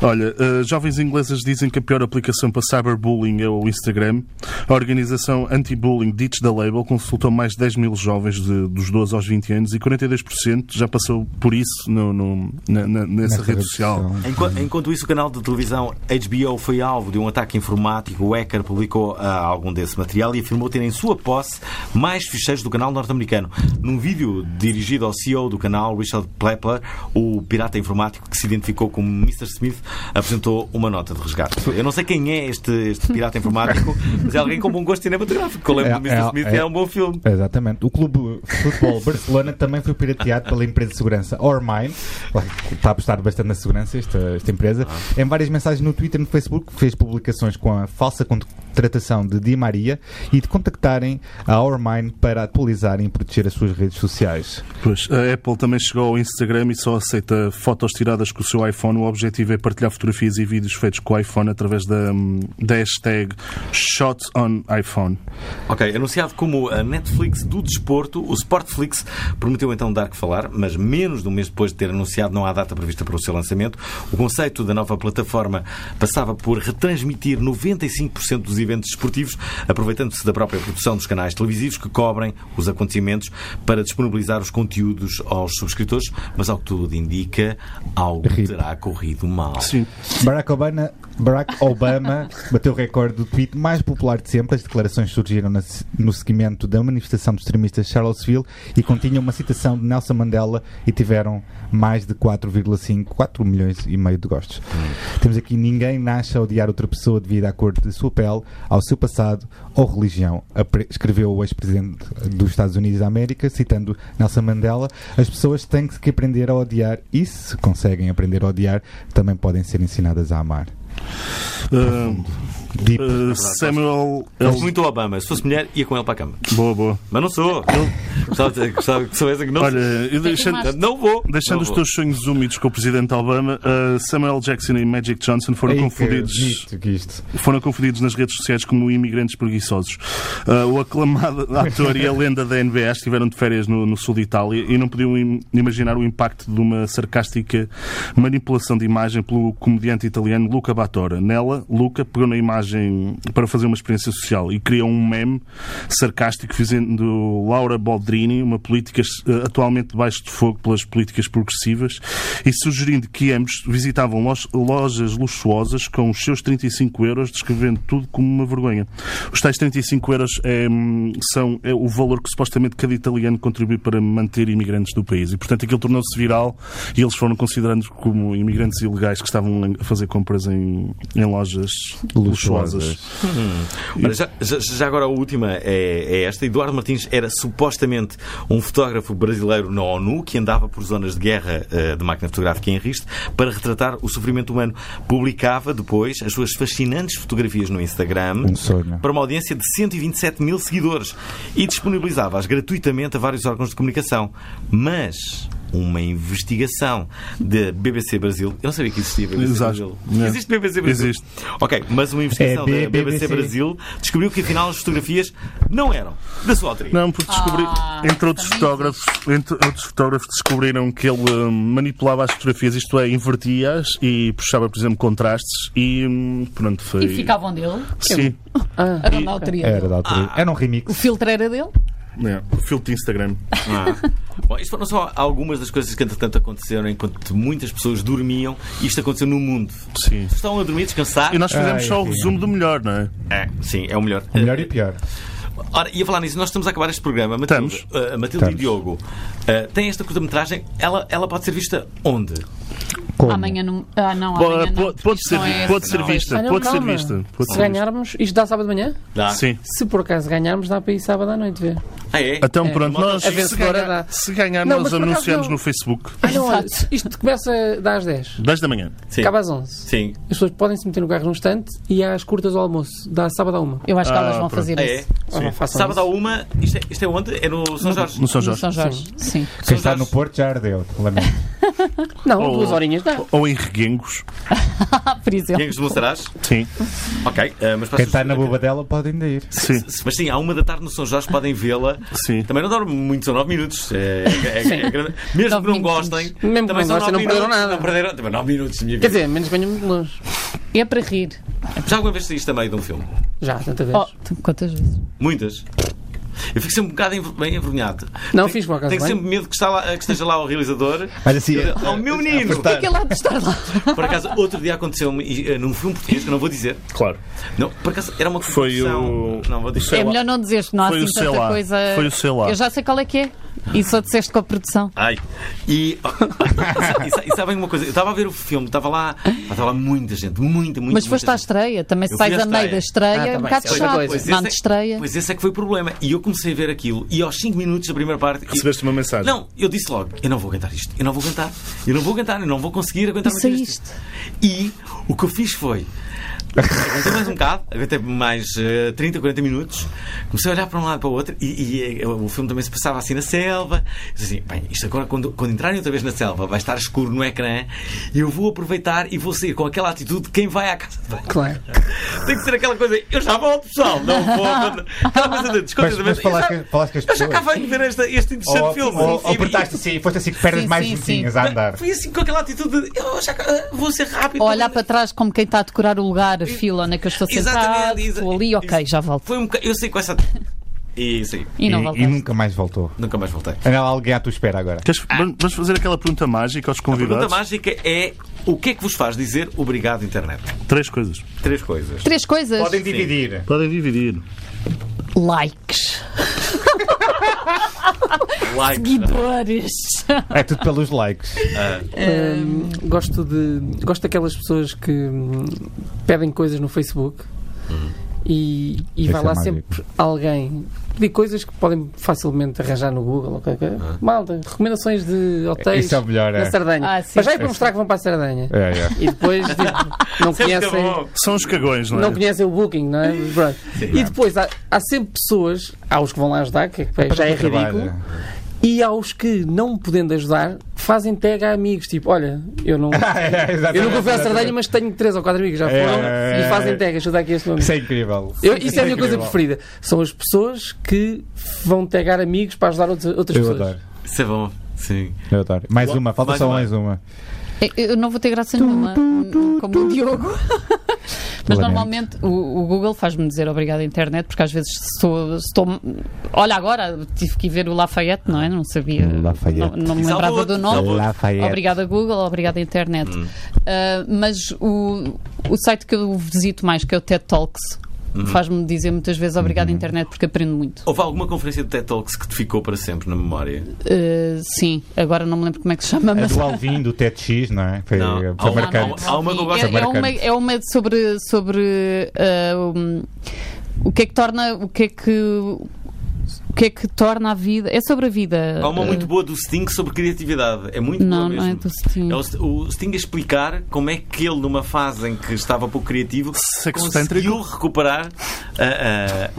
Speaker 4: Olha, eh, jovens inglesas dizem que a pior aplicação para cyberbullying é o Instagram. A organização anti-bullying Ditch da Label consultou mais de 10 mil jovens de- dos 12 aos 20 anos e 42% já passou por isso no- no- na- na- nessa rede social.
Speaker 1: Enqu-
Speaker 2: Uhum.
Speaker 1: Enquanto isso, o canal de televisão HBO foi alvo de um ataque informático. O hacker publicou ah, algum desse material e afirmou ter em sua posse mais ficheiros do canal norte-americano. Num vídeo dirigido ao CEO do canal, Richard Plepler, o pirata informático que se identificou como Mr. Smith, apresentou uma nota de resgate. Eu não sei quem é este, este pirata informático, mas é alguém com bom gosto cinematográfico. que Eu lembro
Speaker 2: É,
Speaker 1: do Mr.
Speaker 2: é,
Speaker 1: Smith
Speaker 2: é.
Speaker 1: e é um bom filme.
Speaker 2: Exatamente. O Clube Futebol Barcelona também foi pirateado pela empresa de segurança Ormine, que está a apostar bastante na segurança, esta, esta empresa,
Speaker 4: Ah.
Speaker 2: em várias mensagens no Twitter e no Facebook, fez publicações com a falsa contratação de Di Maria e de contactarem a Ormine para atualizarem e proteger as suas redes sociais.
Speaker 4: Pois, a Apple também chegou ao Instagram e só aceita fotos tiradas com o seu iPhone. O objetivo é partilhar fotografias e vídeos feitos com o iPhone através da, hum, da hashtag Shots on iPhone.
Speaker 1: Ok, anunciado como a Netflix do desporto, o Sportflix prometeu então dar que falar, mas menos de um mês depois de ter anunciado, não há data prevista para o seu lançamento. O conceito da nova plataforma passava por retransmitir 95% dos eventos desportivos, aproveitando-se da própria produção dos canais televisivos que cobrem os acontecimentos para disponibilizar os conteúdos aos subscritores, mas ao que tudo indica, algo
Speaker 2: Ri.
Speaker 1: terá corrido mal.
Speaker 4: Sim,
Speaker 2: Barack Obama, Barack Obama bateu o recorde do tweet mais popular de sempre. As declarações surgiram na- no seguimento da manifestação dos extremistas de Charlottesville e continham uma citação de Nelson Mandela e tiveram mais de 4,5 4 milhões e meio de gostos. Temos aqui ninguém nasce a odiar outra pessoa devido à cor de sua pele, ao seu passado ou religião, apre- escreveu o ex-presidente dos Estados Unidos da América, citando Nelson Mandela. As pessoas têm que que aprender a odiar e se conseguem aprender a odiar, também podem ser ensinadas a amar.
Speaker 4: Uh,
Speaker 2: Deep.
Speaker 4: uh, Samuel.
Speaker 1: Eu
Speaker 4: L-
Speaker 1: É muito Obama, se fosse mulher, ia com ele para a cama.
Speaker 4: Boa, boa.
Speaker 1: Mas não sou. Gostava gostava que soubessem que não.
Speaker 4: Olha, eu deixando,
Speaker 6: Mas-
Speaker 1: Não vou.
Speaker 4: deixando
Speaker 1: Não
Speaker 4: os
Speaker 1: vou.
Speaker 4: teus sonhos úmidos com o Presidente Obama, uh, Samuel Jackson e Magic Johnson foram
Speaker 2: Ei,
Speaker 4: confundidos
Speaker 2: que bonito que isto.
Speaker 4: foram confundidos nas redes sociais como imigrantes preguiçosos. Ah, o aclamado ator e a lenda da NBA estiveram de férias no, no sul de Itália e não podiam im- imaginar o impacto de uma sarcástica manipulação de imagem pelo comediante italiano Luca Batora. Nela, Luca pegou na imagem para fazer uma experiência social e criou um meme sarcástico fazendo Laura Boldrini, uma política eh, atualmente debaixo de fogo pelas políticas progressivas, e sugerindo que ambos visitavam lo- lojas luxuosas com os seus 35 euros, descrevendo tudo como uma vergonha. Os tais 35 euros é, hum, são é o valor que supostamente cada italiano contribui para manter imigrantes do país. E, portanto, aquilo tornou-se viral e eles foram considerando como imigrantes ilegais que estavam a fazer compras em, em lojas
Speaker 2: Luxuosas.
Speaker 4: luxuosas.
Speaker 1: Olha, já, já- já agora a última é, é esta. Eduardo Martins era supostamente um fotógrafo brasileiro na ONU que andava por zonas de guerra eh, de máquina fotográfica em riste para retratar o sofrimento humano. Publicava depois as suas fascinantes fotografias no Instagram
Speaker 2: Um sonho.
Speaker 1: para uma audiência de 127 mil seguidores e disponibilizava-as gratuitamente a vários órgãos de comunicação. Mas uma investigação da BBC Brasil. Eu não sabia que existia BBC
Speaker 4: Exato.
Speaker 1: Brasil.
Speaker 4: Não.
Speaker 1: Existe BBC Brasil?
Speaker 4: Existe.
Speaker 1: Ok, mas uma investigação
Speaker 2: É
Speaker 1: da BBC
Speaker 2: BBC.
Speaker 1: Brasil descobriu que afinal as fotografias não eram da sua autoria.
Speaker 4: Não, porque descobri,
Speaker 3: Ah,
Speaker 4: entre outros fotógrafos, entre outros fotógrafos descobriram que ele hum, manipulava as fotografias, isto é, invertia-as e puxava, por exemplo, contrastes e hum, pronto, foi.
Speaker 6: E ficavam dele.
Speaker 4: Sim,
Speaker 3: Ah.
Speaker 6: Era da autoria
Speaker 2: Era
Speaker 6: dele.
Speaker 2: da altura. Era um remix.
Speaker 6: O filtro era dele.
Speaker 4: é, o filtro de Instagram.
Speaker 1: Ah. Bom, isto foram só algumas das coisas que entretanto aconteceram enquanto muitas pessoas dormiam. Isto aconteceu no mundo.
Speaker 4: Sim.
Speaker 1: Estão a dormir, descansar?
Speaker 4: E nós fizemos
Speaker 2: Ai,
Speaker 4: só o
Speaker 2: sim.
Speaker 4: resumo do melhor, não é?
Speaker 1: É, sim, é o melhor. Eh,
Speaker 2: O melhor e o pior.
Speaker 1: Ora, ia falar nisso, nós estamos a acabar este programa. Matilde,
Speaker 4: Estamos.
Speaker 1: ah, Matilde e
Speaker 2: Estamos.
Speaker 1: Diogo, ah, tem esta curta-metragem, ela, ela pode ser vista onde?
Speaker 2: Como?
Speaker 6: Amanhã não. Ah, não,
Speaker 4: Pode,
Speaker 6: amanhã não,
Speaker 4: pode-
Speaker 6: porque
Speaker 4: pode
Speaker 6: isto
Speaker 4: ser,
Speaker 6: não é-
Speaker 4: pode ser
Speaker 1: não.
Speaker 4: vista,
Speaker 3: Ah, não,
Speaker 4: pode ser
Speaker 3: calma.
Speaker 4: vista. Pode
Speaker 3: Se
Speaker 4: ser vista.
Speaker 3: ganharmos, isto dá sábado de manhã?
Speaker 1: Dá?
Speaker 4: Sim.
Speaker 3: Se por acaso ganharmos, dá para ir sábado à noite ver.
Speaker 1: Ah, é?
Speaker 4: Então
Speaker 3: É,
Speaker 4: pronto, nós
Speaker 3: a
Speaker 4: se
Speaker 3: vencedora
Speaker 4: ganhar,
Speaker 3: dá.
Speaker 4: se ganhar
Speaker 3: Não,
Speaker 4: nós
Speaker 3: mas por acaso
Speaker 4: anunciamos
Speaker 3: não.
Speaker 4: no Facebook,
Speaker 3: Ah, não, olha,
Speaker 6: Exato.
Speaker 3: isto começa das 10.
Speaker 4: 10 da manhã.
Speaker 1: sim.
Speaker 3: Acaba às 11.
Speaker 1: Sim.
Speaker 3: As pessoas podem se meter no carro num instante e às curtas ao almoço. Dá sábado à uma.
Speaker 6: Eu acho que
Speaker 4: Ah,
Speaker 6: elas vão
Speaker 4: pronto.
Speaker 6: fazer
Speaker 1: Ah, é?
Speaker 6: isso.
Speaker 3: Ah, não façam
Speaker 1: Sábado à
Speaker 3: isso.
Speaker 1: uma, isto é, isto é onde? É no São Jorge?
Speaker 4: No São
Speaker 6: No
Speaker 4: Jorge.
Speaker 6: São Jorge. Sim.
Speaker 2: Quem está no Porto já ardeu. Lamento.
Speaker 3: Não,
Speaker 4: Ou-
Speaker 3: duas horinhas dá.
Speaker 4: Ou em Reguengos.
Speaker 6: Ah, por exemplo.
Speaker 1: Quem os demonstrarás?
Speaker 4: Sim,
Speaker 1: Ok, ah, mas para
Speaker 2: Quem
Speaker 1: as
Speaker 2: está na
Speaker 1: pessoas-
Speaker 2: boba dela pode ainda ir.
Speaker 4: sim,
Speaker 1: Mas sim, à uma da tarde no São Jorge podem vê-la.
Speaker 4: Sim.
Speaker 1: Também não dorme muito, são nove minutos. É, é- é- é grande. Mesmo
Speaker 6: Nove
Speaker 1: que não
Speaker 6: minutos.
Speaker 1: gostem,
Speaker 3: Mesmo que
Speaker 1: também
Speaker 3: não
Speaker 1: são nove
Speaker 3: gostem, não perderam
Speaker 1: minutos,
Speaker 3: nada.
Speaker 1: Não perderam, também nove minutos, minha
Speaker 3: Quer
Speaker 1: vida.
Speaker 3: dizer, menos ganham muito longe.
Speaker 6: É para rir.
Speaker 1: Já alguma vez saíste a meio de um filme?
Speaker 3: Já, tanta vez.
Speaker 6: Oh, quantas vezes?
Speaker 1: Muitas. Eu fico sempre um bocado enver- bem envergonhado.
Speaker 3: Não, fiz por acaso
Speaker 1: Tenho
Speaker 3: bem.
Speaker 1: sempre medo que, está lá- que esteja lá o realizador.
Speaker 2: Mas assim,
Speaker 1: Eu digo, Oh, meu menino!
Speaker 6: Que é lá de estar lá.
Speaker 1: Por acaso, outro dia aconteceu-me e, eh, num filme português, que eu não vou dizer.
Speaker 4: claro.
Speaker 1: Não, por acaso, era uma
Speaker 4: Foi
Speaker 1: competição-
Speaker 4: o-
Speaker 1: Não, vou
Speaker 4: Sei
Speaker 6: É
Speaker 1: dizer.
Speaker 4: lá.
Speaker 6: melhor não dizeres, não há
Speaker 4: Foi o
Speaker 6: assim
Speaker 4: sei
Speaker 6: tanta
Speaker 4: lá.
Speaker 6: coisa.
Speaker 4: Foi o sei lá.
Speaker 6: Eu já sei qual é que é. E só disseste com a produção.
Speaker 1: Ai. E, e, sa- e sabem uma coisa? Eu estava a ver o filme, estava lá, estava lá muita gente, muita, muita
Speaker 6: Mas foste à
Speaker 1: muita gente.
Speaker 6: estreia, também se
Speaker 1: Eu
Speaker 6: sais
Speaker 1: fui à
Speaker 6: a meio da
Speaker 3: Ah,
Speaker 6: estreia,
Speaker 3: tá
Speaker 6: é um
Speaker 3: bem,
Speaker 6: bocado
Speaker 3: isso é outra
Speaker 6: chato.
Speaker 3: coisa.
Speaker 1: Pois
Speaker 6: Não,
Speaker 1: esse
Speaker 6: de
Speaker 1: é-
Speaker 6: estreia.
Speaker 1: Pois esse é que foi o problema. E eu comecei a ver aquilo e aos 5 minutos da primeira parte. e-
Speaker 4: Recebeste uma mensagem?
Speaker 1: Não, eu disse logo: eu não vou aguentar isto, eu não vou aguentar, eu não vou aguentar, eu não vou conseguir aguentar
Speaker 6: E
Speaker 1: muito isto.
Speaker 6: saíste.
Speaker 1: E o que eu fiz foi. Aguentei mais um bocado, aguentei mais eh, 30, 40 minutos. Comecei a olhar para um lado para o outro e, e, eh, o filme também se passava assim na selva. Eu disse assim: bem, isto agora, quando, quando entrarem outra vez na selva, vai estar escuro no ecrã. Eu vou aproveitar e vou sair com aquela atitude de quem vai à casa de banho.
Speaker 3: Claro.
Speaker 1: Tem que ser aquela coisa, eu já volto, pessoal, não vou. abandonar. Aquela coisa de desconto
Speaker 2: Mas, mas falaste,
Speaker 1: eu,
Speaker 2: que- falaste que as
Speaker 1: já, eu já
Speaker 2: pessoas.
Speaker 1: cá venho ver esta, este interessante
Speaker 2: ou,
Speaker 1: filme. E-
Speaker 2: ou, ou
Speaker 1: e-
Speaker 2: portaste assim, foste assim que pernas
Speaker 6: Sim,
Speaker 2: mais
Speaker 6: sim,
Speaker 2: juntinhas a andar.
Speaker 1: Fui assim com aquela atitude de eu já cá- eh, vou ser rápido.
Speaker 6: Ou olhar para trás como quem está a decorar o lugar, a fila onde é que eu estou sentado,
Speaker 1: Exatamente, exa-
Speaker 6: estou ali, ok, já volto.
Speaker 1: Foi um boca- eu sei com essa. E sim,
Speaker 6: E não
Speaker 2: E, e
Speaker 6: voltaste.
Speaker 2: nunca mais voltou.
Speaker 1: nunca mais voltei.
Speaker 2: Não, alguém à tua espera agora.
Speaker 4: Queres, Vamos fazer aquela pergunta mágica aos
Speaker 1: Ah. A
Speaker 4: convidados?
Speaker 1: pergunta mágica é: o que é que vos faz dizer obrigado, internet?
Speaker 4: Três coisas.
Speaker 1: Três coisas.
Speaker 6: Três coisas.
Speaker 2: Podem dividir.
Speaker 4: Podem dividir.
Speaker 6: Likes,
Speaker 1: Like.
Speaker 6: seguidores.
Speaker 2: É tudo pelos likes.
Speaker 3: Gosto de. Gosto daquelas pessoas que hum, pedem coisas no Facebook e, e
Speaker 2: Esse
Speaker 3: vai
Speaker 2: é
Speaker 3: lá
Speaker 2: mágico.
Speaker 3: sempre alguém pedir coisas que podem facilmente arranjar no Google. ou qualquer coisa. Malta, recomendações de hotéis
Speaker 2: Isso é o melhor,
Speaker 3: na
Speaker 2: é.
Speaker 3: Sardanha.
Speaker 6: Ah, sim.
Speaker 3: Mas já é para mostrar que vão para a Sardanha.
Speaker 2: É, é.
Speaker 3: E depois tipo, não
Speaker 1: é
Speaker 3: conhecem
Speaker 4: São os cagões, não é?
Speaker 3: não conhecem o Booking, não é? Pronto. E depois há, há sempre pessoas, há os que vão lá ajudar, que pá, já é ridículo, e há os que, não podendo ajudar, fazem tag a amigos, tipo, olha, eu não. Eu nunca fui à Sardanha, mas tenho três ou quatro amigos, já
Speaker 2: É,
Speaker 3: foram,
Speaker 2: é, é,
Speaker 3: e fazem
Speaker 2: é.
Speaker 3: tag, ajuda aqui este meu amigo.
Speaker 2: Isso é incrível.
Speaker 3: Eu- isso é a minha
Speaker 2: incrível.
Speaker 3: coisa preferida. São as pessoas que vão tagar amigos para ajudar outras, outras
Speaker 2: Eu
Speaker 3: pessoas.
Speaker 2: adoro,
Speaker 1: Isso é bom. Sim.
Speaker 2: eu adoro. Mais uma, falta
Speaker 1: Mais
Speaker 2: só
Speaker 1: uma.
Speaker 2: mais uma.
Speaker 6: Eu eu não vou ter graça nenhuma, como o Diogo. Mas
Speaker 2: Lamento.
Speaker 6: normalmente o, o Google faz-me dizer obrigado à internet, porque às vezes estou, estou. Olha, agora tive que ir ver o Lafayette, não é? Não sabia.
Speaker 2: Hum, Lafayette.
Speaker 6: Não, não me
Speaker 1: E
Speaker 6: lembrava
Speaker 1: salvou-te.
Speaker 6: do nome.
Speaker 1: Salvou-te.
Speaker 2: Lafayette.
Speaker 6: Obrigada, Google, obrigada, internet. Ah, mas o, o site que eu visito mais, que é o TED Talks, faz-me dizer muitas vezes
Speaker 2: Uhum.
Speaker 6: obrigada, internet, porque aprendo muito.
Speaker 1: Houve alguma conferência de TED Talks que te ficou para sempre na memória?
Speaker 6: Ah, sim, agora não me lembro como é que se chama,
Speaker 2: A
Speaker 6: mas.
Speaker 2: do Alvin, do TEDx, não é? Foi,
Speaker 1: Não.
Speaker 2: foi
Speaker 1: Há uma-
Speaker 2: marcante.
Speaker 1: há uma que eu gosto.
Speaker 6: é, é uma,
Speaker 2: Marcante.
Speaker 6: é uma sobre, sobre ah, um, o que é que torna o que é que o que é que torna a vida é sobre a vida
Speaker 1: Há uma
Speaker 6: Ah,
Speaker 1: muito boa do Sting sobre criatividade. É muito boa
Speaker 6: não
Speaker 1: mesmo.
Speaker 6: não é do Steam
Speaker 1: É o St- o Sting a explicar como é que ele, numa fase em que estava pouco criativo,
Speaker 4: Sextântrico.
Speaker 1: conseguiu recuperar ah,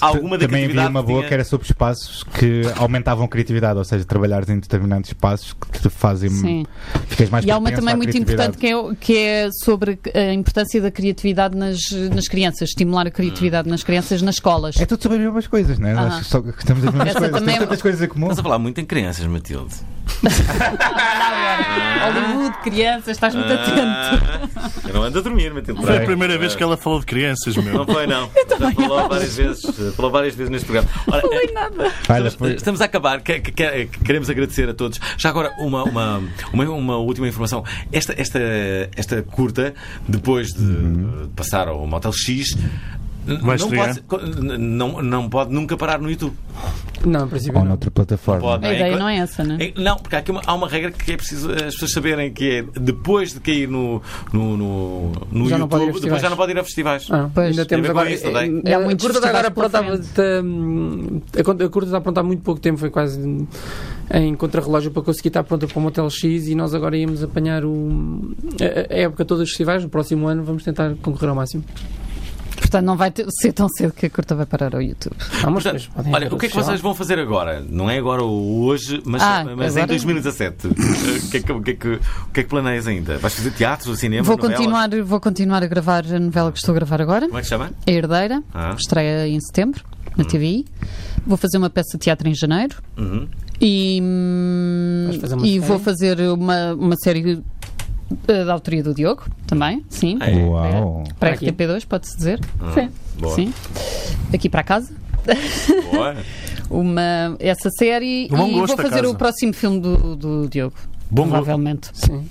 Speaker 1: ah, alguma da
Speaker 2: Também havia
Speaker 1: criatividade.
Speaker 2: uma boa
Speaker 1: que
Speaker 2: que
Speaker 1: tinha.
Speaker 2: era sobre espaços que aumentavam a criatividade, ou seja, trabalhares em determinados espaços que te fazem.
Speaker 6: Sim.
Speaker 2: Ficas mais
Speaker 6: e há uma
Speaker 2: propenso
Speaker 6: também
Speaker 2: à
Speaker 6: muito
Speaker 2: criatividade.
Speaker 6: importante que é, que é sobre a importância da criatividade nas, nas crianças, estimular a criatividade nas crianças nas escolas.
Speaker 2: É tudo sobre as mesmas coisas, não é?
Speaker 6: Aham.
Speaker 2: Acho que só que estamos as mesmas
Speaker 6: Essa
Speaker 2: coisas.
Speaker 6: também
Speaker 2: Temos
Speaker 6: é-
Speaker 2: tantas coisas em comum.
Speaker 1: Estás a falar muito em crianças, Matilde.
Speaker 6: Hollywood, crianças, estás muito atento.
Speaker 1: Ah, eu não ando a dormir, Matilde.
Speaker 4: Foi a
Speaker 1: Braga.
Speaker 4: primeira vez que ela falou de crianças,
Speaker 1: Não
Speaker 4: meu.
Speaker 1: foi, não. Já falou várias, vezes, eh, falou várias vezes neste programa. Ora, eh,
Speaker 2: Olha,
Speaker 1: estamos,
Speaker 2: foi-
Speaker 1: estamos a acabar. Que- que- que- queremos agradecer a todos. Já agora, uma, uma, uma, uma última informação. Esta, esta, esta curta, depois de eh, passar ao Motel X. n-
Speaker 4: Uhum. Vai
Speaker 1: Não
Speaker 4: estrear?
Speaker 1: pode, co- n- não, não pode nunca parar no YouTube.
Speaker 3: Não, em princípio
Speaker 2: Ou
Speaker 3: não.
Speaker 2: noutra plataforma.
Speaker 1: Pode,
Speaker 6: A ideia
Speaker 1: Enqu-
Speaker 6: não é essa,
Speaker 3: Hum.
Speaker 6: não é?
Speaker 1: é, Não, porque há, aqui uma, há uma regra que é preciso eh, as pessoas saberem que é depois de cair no, no, no, no
Speaker 3: Já não pode ir a
Speaker 1: YouTube, depois já
Speaker 3: festivais.
Speaker 1: não pode ir a festivais.
Speaker 3: Ah,
Speaker 6: Pois.
Speaker 3: ainda temos
Speaker 1: Tem a ver com
Speaker 3: agora.
Speaker 1: isso também.
Speaker 3: eh,
Speaker 6: Há muitos
Speaker 3: a curta está agora
Speaker 6: festivais
Speaker 3: pronta,
Speaker 6: pela
Speaker 3: há- tá, hum, a conta- a curta está pronta há muito pouco tempo, foi quase hum, em contrarrelógio para conseguir estar pronta para o Motel X e nós agora íamos apanhar o, a, a época toda dos festivais. No próximo ano vamos tentar concorrer ao máximo.
Speaker 6: Portanto, não vai ter- ser tão cedo que a curta vai parar ao YouTube.
Speaker 3: Há
Speaker 1: Portanto,
Speaker 3: umas coisas que podem
Speaker 1: olha,
Speaker 3: haver
Speaker 1: o que é que
Speaker 3: ao
Speaker 1: vocês
Speaker 3: festival.
Speaker 1: vão fazer agora? Não é agora ou hoje, mas,
Speaker 6: Ah,
Speaker 1: mas em
Speaker 6: agora?
Speaker 1: 2017. O que, é que, o, que é que, o que é que planeias ainda? Vais fazer teatro, cinema?
Speaker 6: Vou
Speaker 1: novelas?
Speaker 6: continuar, vou continuar a gravar a novela que estou a gravar agora.
Speaker 1: Como é que se chama?
Speaker 6: A Herdeira,
Speaker 1: Ah.
Speaker 6: estreia em setembro, na TVI. Vou fazer uma peça de teatro em janeiro. E, hum,
Speaker 3: Vais fazer uma
Speaker 6: e
Speaker 3: série?
Speaker 6: vou fazer uma, uma série eh, da autoria do Diogo, também, sim.
Speaker 1: Ah, é?
Speaker 2: Uau.
Speaker 6: Para a
Speaker 3: Aqui.
Speaker 6: RTP2, pode-se dizer.
Speaker 1: Boa.
Speaker 6: Sim. Aqui para casa.
Speaker 1: Boa.
Speaker 6: Uma, essa série.
Speaker 4: Do bom
Speaker 6: e
Speaker 4: gosto
Speaker 6: vou
Speaker 4: da
Speaker 6: fazer
Speaker 4: casa.
Speaker 6: o próximo filme do, do Diogo.
Speaker 4: Bom gosto.
Speaker 6: provavelmente.
Speaker 3: Sim.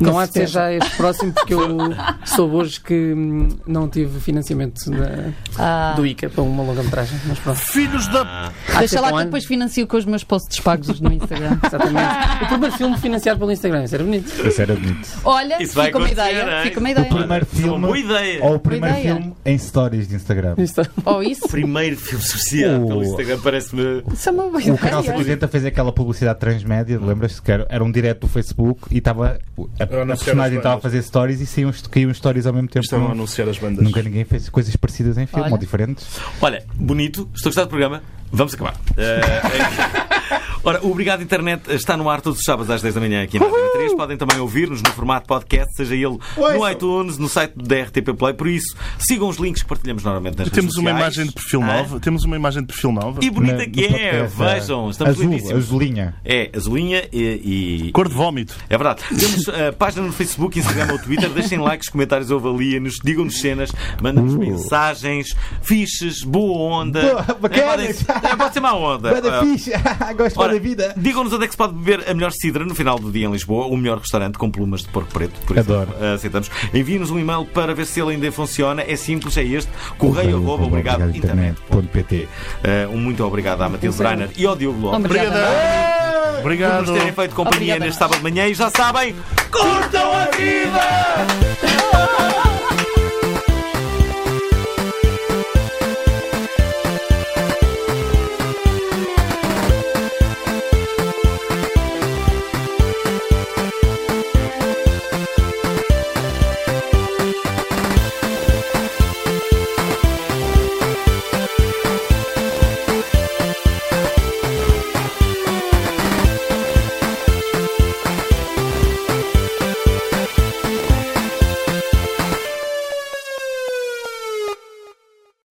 Speaker 3: Não há de ser já este próximo, porque eu soube hoje que hum, não tive financiamento da-
Speaker 6: Ah,
Speaker 3: do ICA para uma longa-metragem. Mas pronto.
Speaker 4: Filhos da.
Speaker 3: Há de ser
Speaker 6: deixa lá
Speaker 3: para um
Speaker 6: que eu
Speaker 3: ano.
Speaker 6: depois financio com os meus posts pagos no Instagram.
Speaker 3: Exatamente. O primeiro filme financiado pelo Instagram, isso era bonito.
Speaker 2: Isso era bonito.
Speaker 6: Olha,
Speaker 1: Isso vai
Speaker 6: fica uma
Speaker 1: acontecer,
Speaker 6: ideia.
Speaker 1: hein?
Speaker 6: Fica uma
Speaker 2: O
Speaker 6: ideia.
Speaker 2: primeiro
Speaker 1: Isso é uma boa
Speaker 2: filme.
Speaker 1: ideia.
Speaker 2: Ou o primeiro
Speaker 6: ideia.
Speaker 2: filme em stories de Instagram.
Speaker 3: Isso está-
Speaker 6: Ou isso?
Speaker 1: Primeiro filme social
Speaker 2: Oh.
Speaker 1: pelo Instagram parece-me.
Speaker 6: Isso é uma boa
Speaker 2: O canal
Speaker 6: ideia.
Speaker 2: 70 fez aquela publicidade transmédia, lembras-te que era, era um direto do Facebook e estava a, a
Speaker 4: anunciar as
Speaker 2: personagem estava a
Speaker 4: bandas.
Speaker 2: fazer stories e saíam, caíam stories ao mesmo tempo.
Speaker 4: Estão a
Speaker 2: Nun-
Speaker 4: anunciar as bandas.
Speaker 2: Nunca ninguém fez coisas parecidas em filme
Speaker 6: Olha.
Speaker 2: ou diferentes.
Speaker 1: Olha, bonito, estou a gostar do programa, vamos acabar. Eh, eh, Ora, o Obrigado Internet está no ar todos os sábados às 10 da manhã aqui na Rádio 3. Podem também ouvir-nos no formato podcast, seja ele no iTunes, no site da RTP Play. Por isso, sigam os links que partilhamos normalmente nas redes
Speaker 4: Temos uma
Speaker 1: sociais.
Speaker 4: imagem de perfil
Speaker 1: Ah,
Speaker 4: nova. Temos uma imagem de perfil nova.
Speaker 1: E bonita
Speaker 2: Na-
Speaker 1: que
Speaker 2: no
Speaker 1: é,
Speaker 2: podcast, é.
Speaker 1: vejam, estamos
Speaker 2: Azul,
Speaker 1: lindíssimos.
Speaker 2: azulinha.
Speaker 1: É, azulinha e. e-
Speaker 4: Cor de vómito.
Speaker 1: É verdade. Temos a página no Facebook, Instagram ou Twitter. Deixem likes, comentários ou avaliem-nos, digam-nos cenas, mandem-nos mensagens, fiches, boa onda.
Speaker 2: Boa,
Speaker 1: Também
Speaker 2: bacana.
Speaker 1: podem- também Eh, é, Pode ser má onda. Ah,
Speaker 2: fixe, gosto
Speaker 1: Ora, digam-nos onde é que se pode beber a melhor cidra no final do dia em Lisboa, o melhor restaurante com plumas de porco preto, por exemplo.
Speaker 2: Adoro.
Speaker 1: Ah, aceitamos. Enviem-nos um e-mail para ver se ele ainda funciona. É simples, é este. Correio, arroba, obrigado, internet.
Speaker 2: internet.pt.
Speaker 1: Ah, um muito obrigado à Matilde Brainer e ao Diogo Lopes.
Speaker 6: Obrigada.
Speaker 1: por
Speaker 4: Obrigado.
Speaker 1: nos terem feito companhia
Speaker 6: Obrigada.
Speaker 1: neste sábado de manhã e já sabem, curtam a vida!